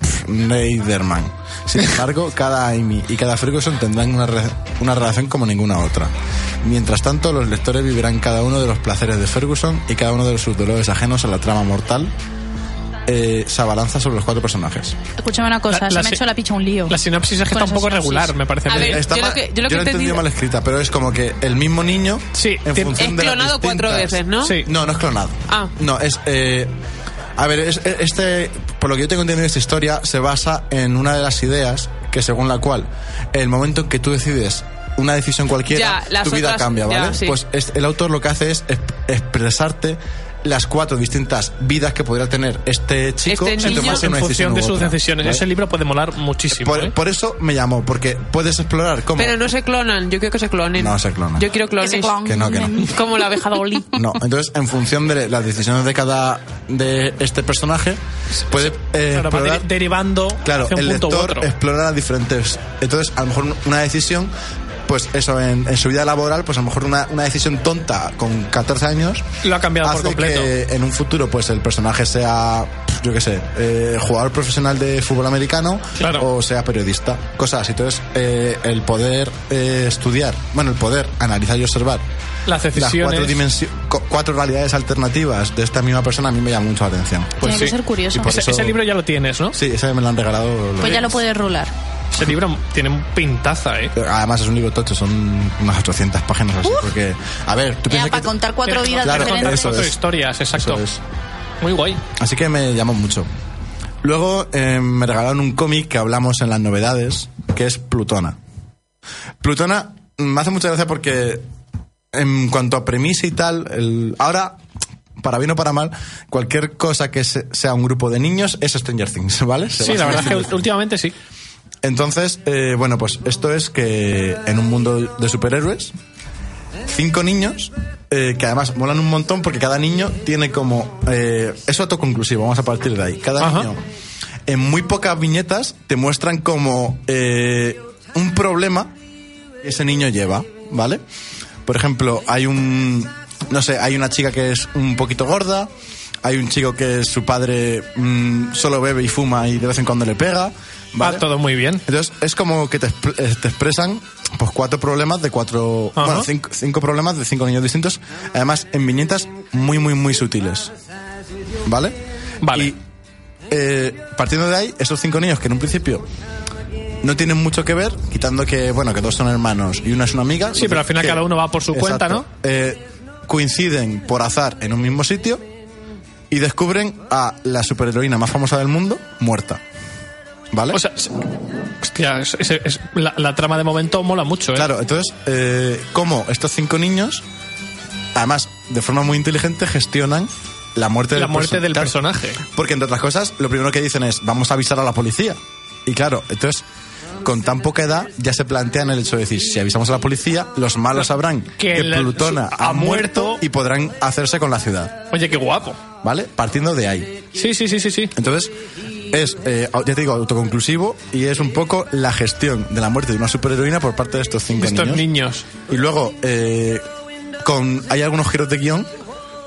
S2: Schneiderman. Sin embargo, cada Amy y cada Ferguson tendrán una, re- una relación como ninguna otra. Mientras tanto, los lectores vivirán cada uno de los placeres de Ferguson y cada uno de sus dolores ajenos a la trama mortal eh, se abalanza sobre los cuatro personajes.
S1: Escúchame una cosa,
S3: La-
S1: se
S3: la
S1: me ha
S3: si-
S1: hecho la picha un lío.
S3: La sinopsis es que
S1: Con
S3: está un
S1: esa
S3: poco
S1: Pues sinopsis.
S3: regular, me parece.
S4: A
S3: mí.
S4: ver,
S2: Está
S4: yo
S2: ma-
S4: lo que- yo lo que
S2: la
S4: he
S2: he entendido
S4: entendido-
S2: mal escrita, pero es como que el mismo niño.
S3: Sí,
S2: en
S3: tiene-
S2: función
S4: Es
S2: de las
S4: clonado cuatro
S2: distintas-
S4: veces, ¿no?
S3: Sí.
S2: No, no es clonado.
S4: Ah.
S2: No, es. eh, a ver, es- es- este, por lo que yo tengo entendido, esta historia se basa en una de las ideas que, según la cual, el momento en que tú decides una decisión cualquiera,
S4: Ya, las
S2: tu vida
S4: otras-
S2: cambia,
S4: ya,
S2: ¿vale?
S4: sí.
S2: Pues es- el autor lo que hace es exp- expresarte las cuatro distintas vidas que podría tener este chico
S4: Este
S2: si
S4: niño-
S2: tomase
S3: en
S2: una decisión
S3: función de
S2: u
S3: sus
S2: otra,
S3: decisiones.
S2: ¿vale?
S3: Ese libro puede molar muchísimo.
S2: Por,
S3: ¿eh?
S2: por eso me llamó, porque puedes explorar cómo.
S4: Pero no se clonan, yo quiero que se clonen.
S2: No se clonan.
S4: Yo quiero clones.
S1: Ese clon.
S2: Que no, Pues que no.
S4: Como la abeja Dolly.
S2: No, entonces en función de las decisiones de cada de este personaje, puede eh,
S3: Claro, va
S2: explorar.
S3: de- derivando
S2: Claro,
S3: hacia un
S2: el
S3: punto u
S2: lector
S3: otro.
S2: explora las diferentes. Entonces, a lo mejor una decisión, pues eso, en, en su vida laboral, pues a lo mejor una, una decisión tonta con 14 años.
S3: Lo ha cambiado por
S2: hace
S3: completo.
S2: que en un futuro, pues el personaje sea, pf, yo qué sé, eh, jugador profesional de fútbol americano
S3: Claro.
S2: o sea periodista. Cosas así. Entonces, eh, el poder eh, estudiar, bueno, el poder analizar y observar
S3: Las
S2: las cuatro,
S3: decisiones.
S2: dimensi- cu- cuatro realidades alternativas de esta misma persona a mí me llama mucho la atención.
S3: pues
S1: tiene que
S3: sí.
S1: ser curioso.
S2: Y por-
S3: Ese,
S2: eso-
S3: ese libro ya lo tienes, ¿no?
S2: Sí, ese me lo han regalado. los-
S1: Pues ya lo puedes rular.
S3: Ese libro tiene un pintaza, ¿eh?
S2: Además es un libro tocho, son unas 800 páginas así, porque... A ver, tú
S1: Era
S2: piensas
S1: para
S2: que...
S1: contar cuatro
S3: Pero-
S1: vidas
S2: Claro,
S1: diferentes.
S2: eso
S3: Cuatro
S2: es.
S3: historias, exacto.
S2: Eso es.
S3: Muy guay.
S2: Así que me llamó mucho. Luego eh, me regalaron un cómic que hablamos en las novedades, que es Plutona. Plutona mm, me hace mucha gracia porque en cuanto a premisa y tal, el- ahora, para bien o para mal, cualquier cosa que se- sea un grupo de niños es Stranger Things, ¿vale? Se basa
S3: Sí, la
S2: en
S3: verdad es que
S2: Stranger
S3: ul- últimamente sí.
S2: Entonces, eh, bueno, pues esto es que en un mundo de superhéroes, cinco niños, eh, que además molan un montón porque cada niño tiene como... Eh, es autoconclusivo, vamos a partir de ahí. Cada
S3: Ajá.
S2: niño, en muy pocas viñetas, te muestran como eh, un problema que ese niño lleva, ¿vale? Por ejemplo, hay un... No sé, hay una chica que es un poquito gorda, hay un chico que su padre mm, solo bebe y fuma y de vez en cuando le pega. ¿vale?
S3: Va todo muy bien.
S2: Entonces, es como que te, expre- eh, te expresan pues cuatro problemas de cuatro.
S3: Ajá.
S2: Bueno, cinco, cinco problemas de cinco niños distintos. Además, en viñetas muy, muy, muy sutiles. ¿Vale?
S3: Vale.
S2: Y eh, partiendo de ahí, esos cinco niños que en un principio no tienen mucho que ver, quitando que, bueno, que dos son hermanos y una es una amiga.
S3: Sí, pero al final
S2: que-
S3: cada uno va por su cuenta, ¿no?
S2: Eh, coinciden por azar en un mismo sitio y descubren a la superheroína más famosa del mundo muerta. ¿Vale?
S3: O sea, es- hostia, es- es- es- la, la trama de momento mola mucho, ¿eh?
S2: Claro, entonces, eh, ¿cómo estos cinco niños, además, de forma muy inteligente, gestionan la muerte del,
S3: La muerte
S2: perso-
S3: del
S2: pues, Claro,
S3: personaje.
S2: Porque, entre otras cosas, lo primero que dicen es, vamos a avisar a la policía. Y claro, entonces, con tan poca edad, ya se plantean el hecho de decir, si avisamos a la policía, los malos sabrán
S3: Que
S2: que,
S3: la-
S2: Plutona
S3: ha
S2: ha muerto,
S3: muerto.
S2: y podrán hacerse con la ciudad,
S3: Oye, qué guapo.
S2: ¿vale? Partiendo de ahí.
S3: Sí, sí, sí, sí, sí.
S2: Entonces, es, eh, ya te digo, autoconclusivo y es un poco la gestión de la muerte de una superheroína por parte de estos cinco
S3: Estos
S2: niños.
S3: niños.
S2: Y luego, eh, con, hay algunos giros de guión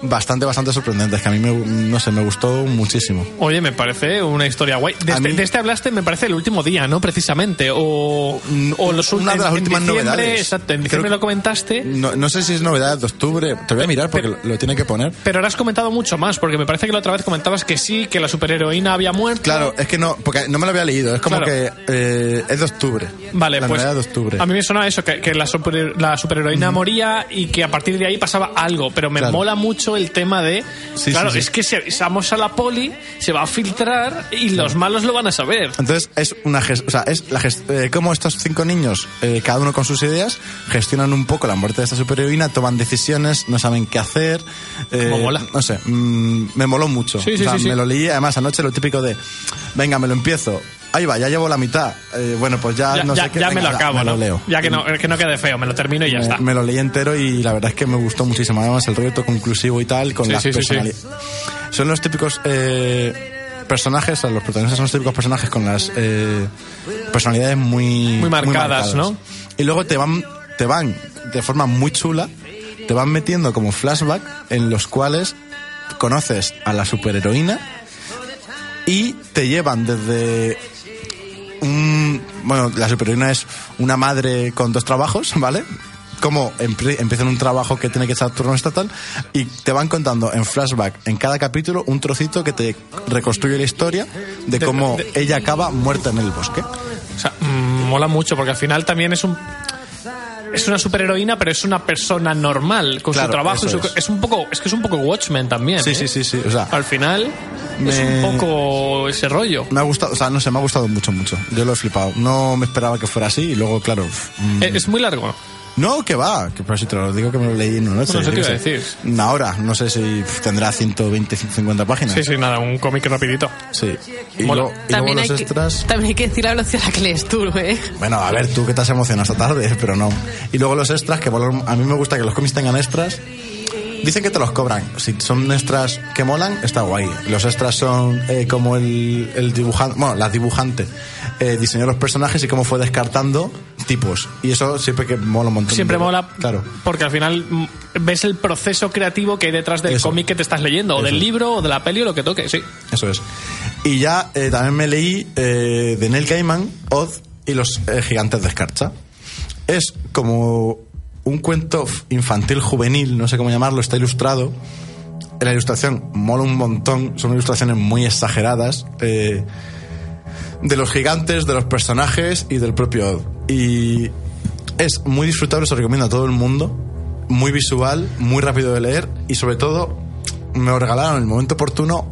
S2: bastante, bastante sorprendentes que a mí, me, no sé, me gustó muchísimo.
S3: Oye, me parece una historia guay. De
S2: A
S3: este,
S2: mí-
S3: de este hablaste, me parece, el último día, ¿no? Precisamente. O,
S2: Mm,
S3: o los
S2: una de
S3: últimos-
S2: las
S3: en
S2: últimas
S3: diciembre,
S2: novedades.
S3: Exacto, en
S2: Creo
S3: diciembre
S2: que-
S3: lo comentaste.
S2: No, no sé si es novedad de octubre, te voy a mirar porque lo, lo tiene que poner.
S3: Pero ahora has comentado mucho más, porque me parece que la otra vez comentabas que sí, que la superheroína había muerto.
S2: Claro, es que no, porque no me lo había leído, es como
S3: Claro.
S2: que eh, es de octubre.
S3: Vale,
S2: la
S3: pues
S2: novedad de octubre.
S3: a mí me suena eso, que, que la, super- la superheroína moría y que a partir de ahí pasaba algo, pero me
S2: Claro.
S3: mola mucho mucho el tema de.
S2: Sí,
S3: claro,
S2: sí, sí.
S3: es que si avisamos a la poli, se va a filtrar y los malos lo van a saber.
S2: Entonces, es una ges- o sea, es la gest- eh, como estos cinco niños, eh, cada uno con sus ideas, gestionan un poco la muerte de esta superheroína, toman decisiones, no saben qué hacer. eh,
S3: Como mola.
S2: No sé, mm, me moló mucho.
S3: Sí,
S2: O
S3: sí,
S2: sea,
S3: sí, sí.
S2: Me lo leí, además, anoche lo típico de, venga, me lo empiezo. Ahí va, ya llevo la mitad. eh, bueno, pues ya,
S3: Ya,
S2: no
S3: ya-
S2: sé qué.
S3: ya me
S2: venga,
S3: lo
S2: va,
S3: acabo,
S2: me
S3: ¿no?
S2: lo leo.
S3: Ya que no, que no quede feo, me lo termino y ya
S2: Me-
S3: está.
S2: Me lo leí entero y la verdad es que me gustó muchísimo. Además, el reto conclusivo y tal, con
S3: Sí,
S2: las
S3: sí, sí,
S2: personali- Son los típicos eh, personajes, o sea, los protagonistas son los típicos personajes con las eh, personalidades muy,
S3: Muy marcadas, ¿no?
S2: Y luego te van, te van de forma muy chula, te van metiendo como flashback en los cuales conoces a la superheroína y te llevan desde un bueno, la superheroína es una madre con dos trabajos, ¿vale? Como empre- empiezan un trabajo que tiene que estar a turno estatal y te van contando en flashback en cada capítulo un trocito que te reconstruye la historia de cómo ella acaba muerta en el bosque.
S3: O sea, mm, mola mucho porque al final también es un. Es una superheroína, pero es una persona normal con
S2: Claro,
S3: su trabajo. y
S2: eso
S3: su-
S2: es.
S3: es un poco, es que es un poco Watchmen también.
S2: Sí,
S3: ¿eh?
S2: sí, sí, sí, o sea-
S3: al final es
S2: Me-
S3: un poco ese rollo.
S2: Me ha gustado, o sea, no sé, me ha gustado mucho, mucho. Yo lo he flipado. No me esperaba que fuera así y luego, claro. mm,
S3: Eh, Es muy largo.
S2: No, que va, que por si te lo digo que me lo leí en una noche.
S3: No sé
S2: yo qué
S3: qué iba a
S2: sé.
S3: decir.
S2: Una hora, no sé si pf, tendrá 120, 150 páginas.
S3: Sí, sí, nada, un cómic rapidito.
S2: Sí. Y,
S3: Mola.
S2: luego- y luego los
S4: hay
S2: extras.
S4: que, también hay que decir la velocidad a la que lees tú, ¿eh?
S2: Bueno, a ver, tú que te has emocionado esta tarde, pero no. Y luego los extras, que por lo- a mí me gusta que los cómics tengan extras. Dicen que te los cobran. Si son extras que molan, está guay. Los extras son eh, como el, el dibujante, bueno, la dibujante eh, diseñó los personajes y cómo fue descartando tipos. Y eso siempre que mola un montón.
S3: Siempre mola
S2: Claro.
S3: porque al final mm, ves el proceso creativo que hay detrás del
S2: Eso.
S3: cómic que te estás leyendo, o
S2: Eso
S3: del
S2: es.
S3: libro, o de la peli, o lo que toque, sí.
S2: Eso es. Y ya eh, también me leí eh, de Neil Gaiman, Oz y los eh, gigantes de escarcha. Es como un cuento f- infantil juvenil, no sé cómo llamarlo, está ilustrado. La ilustración mola un montón, son ilustraciones muy exageradas. eh, de los gigantes, de los personajes y del propio Oz. Y es muy disfrutable, se lo recomiendo a todo el mundo. Muy visual, muy rápido de leer y sobre todo me lo regalaron en el momento oportuno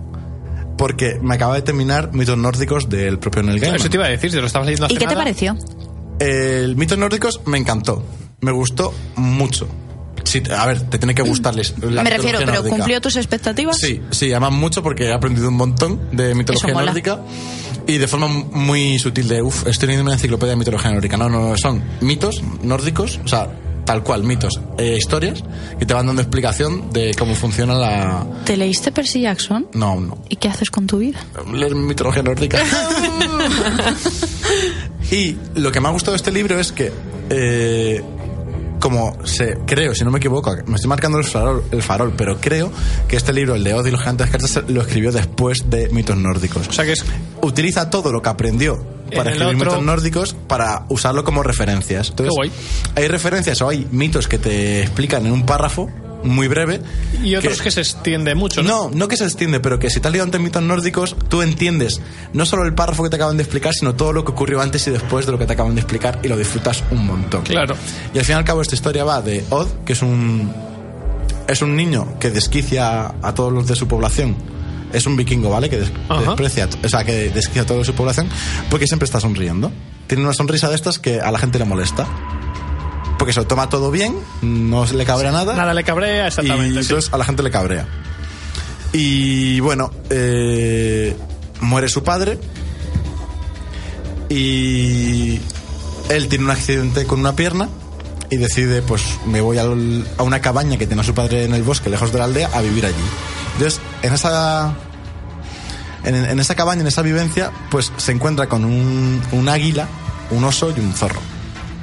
S2: porque me acaba de terminar Mitos Nórdicos del propio Neil Gaiman.
S3: Eso te iba a decir, te lo estabas leyendo hace
S1: ¿Y qué te
S3: nada.
S1: pareció?
S2: El Mitos Nórdicos me encantó, me gustó mucho. Sí, a ver, te tiene que gustarles. la
S1: Me refiero,
S2: mitología
S1: ¿pero
S2: nórdica.
S1: cumplió tus expectativas?
S2: Sí, sí, además mucho porque he aprendido un montón de mitología
S1: Eso mola.
S2: nórdica y de forma muy sutil de, uff, estoy leyendo una enciclopedia de mitología nórdica. No, no, son mitos nórdicos, o sea, tal cual, mitos, eh, historias que te van dando explicación de cómo funciona la...
S1: ¿Te leíste Percy Jackson?
S2: No, aún no.
S1: ¿Y qué haces con tu vida?
S2: Leer mitología nórdica. y lo que me ha gustado de este libro es que... eh, como se, creo, si no me equivoco, me estoy marcando el farol, el farol, pero creo que este libro, el de Odio y los gigantes de cartas, lo escribió después de mitos nórdicos.
S3: O sea que es
S2: utiliza todo lo que aprendió para
S3: En el
S2: escribir
S3: otro-
S2: mitos nórdicos para usarlo como referencias. Entonces,
S3: Qué guay.
S2: Hay referencias o hay mitos que te explican en un párrafo muy breve.
S3: y otros que, se extiende mucho, ¿no?
S2: No, no que se extiende, pero que si te has leído antes mitos nórdicos, tú entiendes no solo el párrafo que te acaban de explicar, sino todo lo que ocurrió antes y después de lo que te acaban de explicar y lo disfrutas un montón.
S3: Claro.
S2: Y al fin y al cabo esta historia va de Odd, que es un es un niño que desquicia a todos los de su población. Es un vikingo, ¿vale? Que des-
S3: Ajá.
S2: desprecia, o sea, que desquicia a toda su población porque siempre está sonriendo. Tiene una sonrisa de estas que a la gente le molesta. Porque se lo toma todo bien, no se le cabrea nada.
S3: Nada le cabrea,
S2: Y
S3: exactamente. sí.
S2: entonces a la gente le cabrea. Y bueno, eh, muere su padre. Y él tiene un accidente con una pierna. Y decide, pues me voy al- a una cabaña que tiene a su padre en el bosque, lejos de la aldea, a vivir allí. Entonces, en esa en, en esa cabaña, en esa vivencia, pues se encuentra con un, un águila, un oso y un zorro.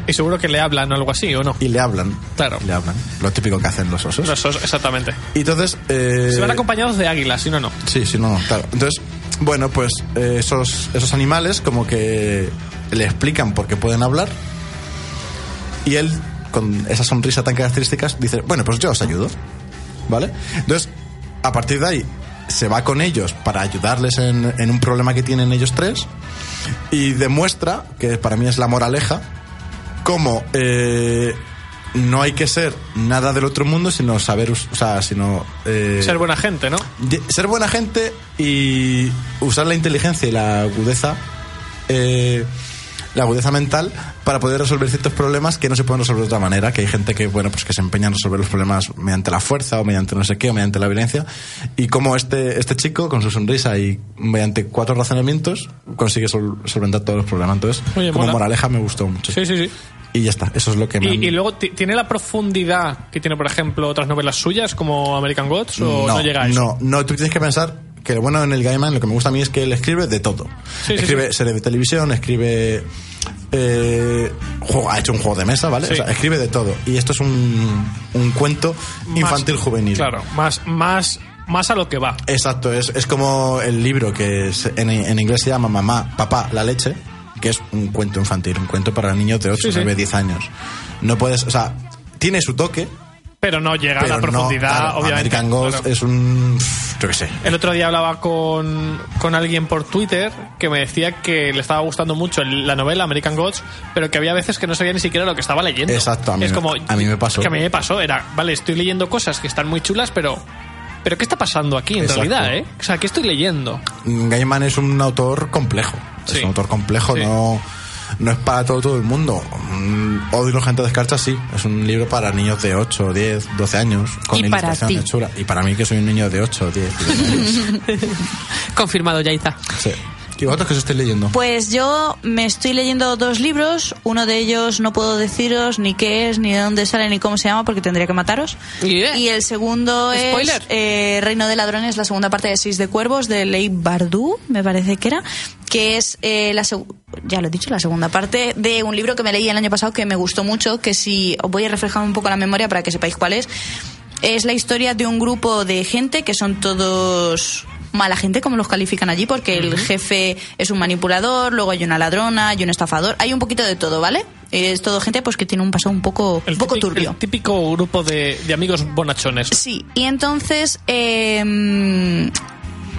S3: Y seguro que le hablan o algo así, ¿o no?
S2: Y le hablan.
S3: Claro.
S2: Le hablan. Lo típico que hacen los osos.
S3: Los osos, exactamente.
S2: Y entonces... eh,
S3: Se van acompañados de águilas, si no, no.
S2: Sí, sí, no, no, claro. Entonces, bueno, pues eh, esos, esos animales como que le explican por qué pueden hablar y él, con esa sonrisa tan característica, dice, bueno, pues yo os ayudo, ¿vale? Entonces, a partir de ahí, se va con ellos para ayudarles en, en un problema que tienen ellos tres y demuestra, que para mí es la moraleja, cómo eh, no hay que ser nada del otro mundo, sino saber, us- o sea, sino... eh,
S3: Ser buena gente, ¿no?
S2: de- ser buena gente y usar la inteligencia y la agudeza, eh, la agudeza mental para poder resolver ciertos problemas que no se pueden resolver de otra manera, que hay gente que, bueno, pues que se empeña en resolver los problemas mediante la fuerza o mediante no sé qué o mediante la violencia y como este, este chico con su sonrisa y mediante cuatro razonamientos consigue sol- solventar todos los problemas. Entonces,
S3: Oye,
S2: como
S3: mola.
S2: moraleja me gustó mucho.
S3: Sí, sí, sí.
S2: Y ya está, eso es lo que me... han-
S3: Y, y luego ti- tiene la profundidad que tiene, por ejemplo, otras novelas suyas como American Gods o no, llega a eso?
S2: No, no, tú tienes que pensar que lo bueno en el Gaiman, lo que me gusta a mí es que él escribe de todo.
S3: Sí, sí,
S2: escribe
S3: sí.
S2: series de televisión, escribe. eh, juego- ha hecho un juego de mesa, ¿vale?
S3: Sí.
S2: O sea, escribe de todo. Y esto es un, un cuento
S3: Más-
S2: infantil juvenil.
S3: Claro, más, más, más a lo que va.
S2: Exacto, es, es como el libro que es- en, en inglés se llama Mamá, Papá, la leche, que es un cuento infantil, un cuento para niños de 8,
S3: Sí, sí.
S2: 9, 10 años. No puedes, o sea, tiene su toque,
S3: Pero no llega a la
S2: pero no,
S3: profundidad,
S2: claro,
S3: obviamente.
S2: American Ghost
S3: Claro.
S2: es un... Yo qué sé,
S3: El otro día hablaba con, con alguien por Twitter que me decía que le estaba gustando mucho el- la novela American Gods, pero que había veces que no sabía ni siquiera lo que estaba leyendo.
S2: Exacto, a mí
S3: es
S2: me-
S3: como,
S2: a mí me pasó.
S3: Que a mí me pasó, era, vale, estoy leyendo cosas que están muy chulas, pero... Pero ¿qué está pasando aquí en
S2: Exacto.
S3: realidad, eh? O sea, ¿qué estoy leyendo?
S2: Gaiman es un autor complejo.
S3: Sí.
S2: Es un autor complejo,
S3: Sí.
S2: no, no es para todo, todo el mundo. Mm, Odio la gente descarta, sí. Es un libro para niños de 8, 10, 12 años. Con
S4: Y para
S2: ilustración
S4: ti.
S2: de chula. Y para mí, que soy un niño de 8, 10. 12 años.
S4: Confirmado, Yaiza.
S2: Sí. ¿Y vosotros qué os estáis leyendo?
S1: Pues yo me estoy leyendo dos libros. Uno de ellos no puedo deciros ni qué es, ni de dónde sale, ni cómo se llama, porque tendría que mataros.
S4: Yeah.
S1: Y el segundo
S4: Spoiler.
S1: es eh, Reino de Ladrones, la segunda parte de Seis de Cuervos, de Leigh Bardu, me parece que era, que es, eh, la seg- ya lo he dicho, la segunda parte de un libro que me leí el año pasado que me gustó mucho, que si os voy a reflejar un poco la memoria para que sepáis cuál es. Es la historia de un grupo de gente que son todos mala gente, como los califican allí, porque el jefe es un manipulador, luego hay una ladrona, hay un estafador, hay un poquito de todo, ¿vale? Es todo gente pues que tiene un pasado un poco, un poco
S3: típico,
S1: turbio.
S3: el típico grupo de, de amigos bonachones.
S1: Sí, y entonces eh,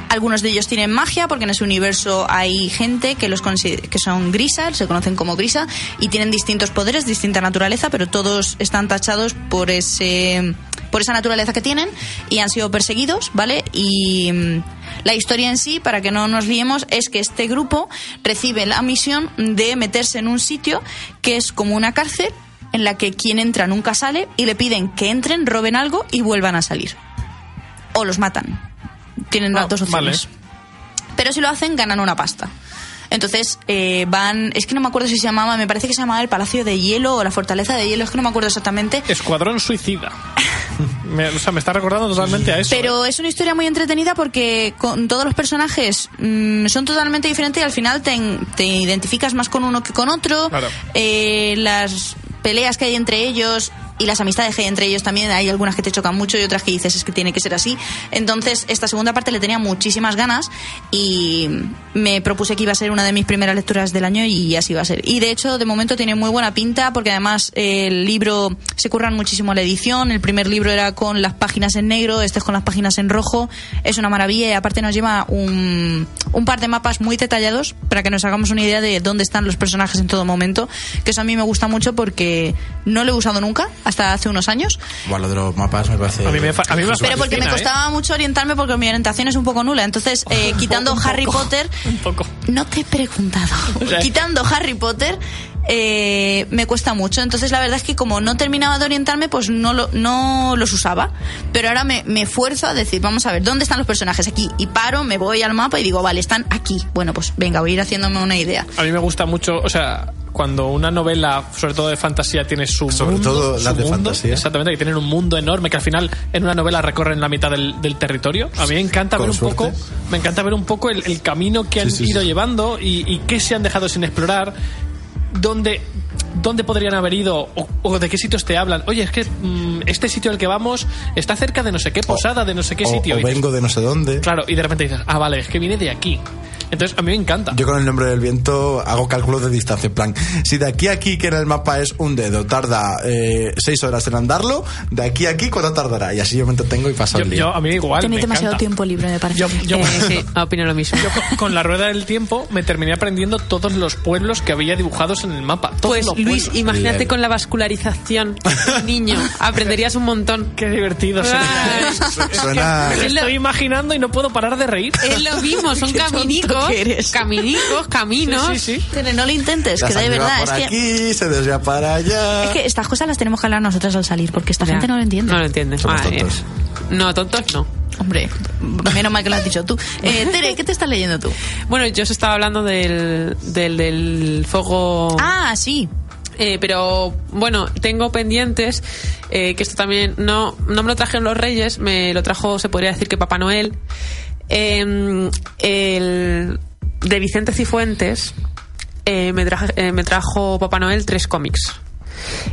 S1: algunos de ellos tienen magia porque en ese universo hay gente que los consi- que son grisa, se conocen como grisa y tienen distintos poderes, distinta naturaleza, pero todos están tachados por ese por esa naturaleza que tienen y han sido perseguidos, ¿vale? Y mm, la historia en sí, para que no nos liemos, es que este grupo recibe la misión de meterse en un sitio que es como una cárcel en la que quien entra nunca sale y le piden que entren, roben algo y vuelvan a salir. O los matan. Tienen
S3: Ah,
S1: las dos opciones.
S3: vale.
S1: Pero si lo hacen, ganan una pasta. Entonces eh, van, es que no me acuerdo si se llamaba, me parece que se llamaba el Palacio de Hielo o la Fortaleza de Hielo, es que no me acuerdo exactamente.
S3: Escuadrón Suicida. Me- o sea, me está recordando totalmente a eso.
S1: Pero es una historia muy entretenida porque con todos los personajes mm, son totalmente diferentes y al final te, en- te identificas más con uno que con otro.
S3: Claro.
S1: Eh, las peleas que hay entre ellos y las amistades que hay entre ellos también, hay algunas que te chocan mucho y otras que dices es que tiene que ser así. Entonces, esta segunda parte le tenía muchísimas ganas y me propuse que iba a ser una de mis primeras lecturas del año y así va a ser. Y de hecho, de momento tiene muy buena pinta porque además eh, el libro se curran muchísimo la edición. El primer libro era con las páginas en negro, este es con las páginas en rojo. Es una maravilla y aparte nos lleva un, un par de mapas muy detallados para que nos hagamos una idea de dónde están los personajes en todo momento. Que eso a mí me gusta mucho porque no lo he usado nunca, hasta hace unos años.
S2: Bueno, lo de los mapas me parece...
S3: A mí me fa- a mí me
S2: Jesús,
S3: fa-
S1: Pero porque me
S3: Cristina, ¿eh?
S1: costaba mucho orientarme porque mi orientación es un poco nula. Entonces, eh, quitando Harry Potter,
S3: Un poco.
S1: no te he preguntado.
S3: O sea-
S1: Quitando Harry Potter, eh, me cuesta mucho. Entonces, la verdad es que como no terminaba de orientarme, pues no, lo- no los usaba. Pero ahora me, me esfuerzo a decir, vamos a ver, ¿dónde están los personajes? Aquí. Y paro, me voy al mapa y digo, vale, están aquí. Bueno, pues venga, voy a ir haciéndome una idea.
S3: A mí me gusta mucho, o sea, cuando una novela, sobre todo de fantasía, tiene su
S2: Sobre
S3: mundo,
S2: todo las
S3: su
S2: de
S3: mundo,
S2: fantasía.
S3: Exactamente, que tienen un mundo enorme que al final en una novela recorren la mitad del, del territorio. A mí me encanta
S2: Con
S3: ver un
S2: suerte.
S3: poco, me encanta ver un poco el, el camino que han
S2: Sí, sí,
S3: ido
S2: sí.
S3: llevando y, y qué se han dejado sin explorar, dónde dónde podrían haber ido o, o de qué sitios te hablan. Oye, es que mm, este sitio al que vamos está cerca de no sé qué posada, de no sé qué
S2: o-
S3: sitio.
S2: o
S3: Y-
S2: vengo de no sé dónde.
S3: Claro, y de repente dices, ah, vale, es que viene de aquí. Entonces, a mí me encanta.
S2: Yo con el nombre del viento hago cálculos de distancia. En plan, si de aquí a aquí, que en el mapa es un dedo, tarda eh, seis horas en andarlo, de aquí a aquí, ¿cuánto tardará? Y así yo me entretengo y paso
S3: Yo,
S2: el día.
S3: yo- a mí igual.
S1: Tenéis
S3: me
S1: demasiado
S3: encanta.
S1: tiempo libre, me parece.
S3: Yo- yo-
S4: Eh, sí, opino lo mismo.
S3: Yo con- con la rueda del tiempo me terminé aprendiendo todos los pueblos que había dibujados en el mapa. Todos
S4: Pues
S3: los
S4: Luis,
S3: pueblos.
S4: imagínate con la vascularización, niño, aprenderías un montón.
S3: Qué divertido sería.
S4: Ah.
S3: ¿eh?
S2: Suena.
S3: Me lo estoy imaginando y no puedo parar de reír.
S4: Es lo mismo, son
S1: Qué tonto
S4: caminicos,
S1: que eres.
S4: caminicos, caminos.
S3: Sí, sí, sí.
S1: Tere, no lo intentes,
S2: la
S1: que de
S2: sangre va
S1: verdad
S2: por
S1: es que,
S2: aquí, se desvía para allá.
S1: es que estas cosas las tenemos que hablar nosotras al salir, porque esta
S4: Ya.
S1: gente no lo entiende.
S4: No lo entiendes.
S2: Somos
S4: Madre.
S2: tontos.
S4: No, tontos no.
S1: Hombre, menos mal que lo has dicho tú. Eh, Tere, ¿qué te estás leyendo tú?
S4: Bueno, yo os estaba hablando del, del, del fuego.
S1: Ah, sí.
S4: Eh, pero bueno, tengo pendientes, eh, que esto también no, no me lo trajeron los Reyes, me lo trajo, se podría decir que Papá Noel, Eh, el, de Vicente Cifuentes, eh, me, traje- eh, me trajo Papá Noel tres cómics.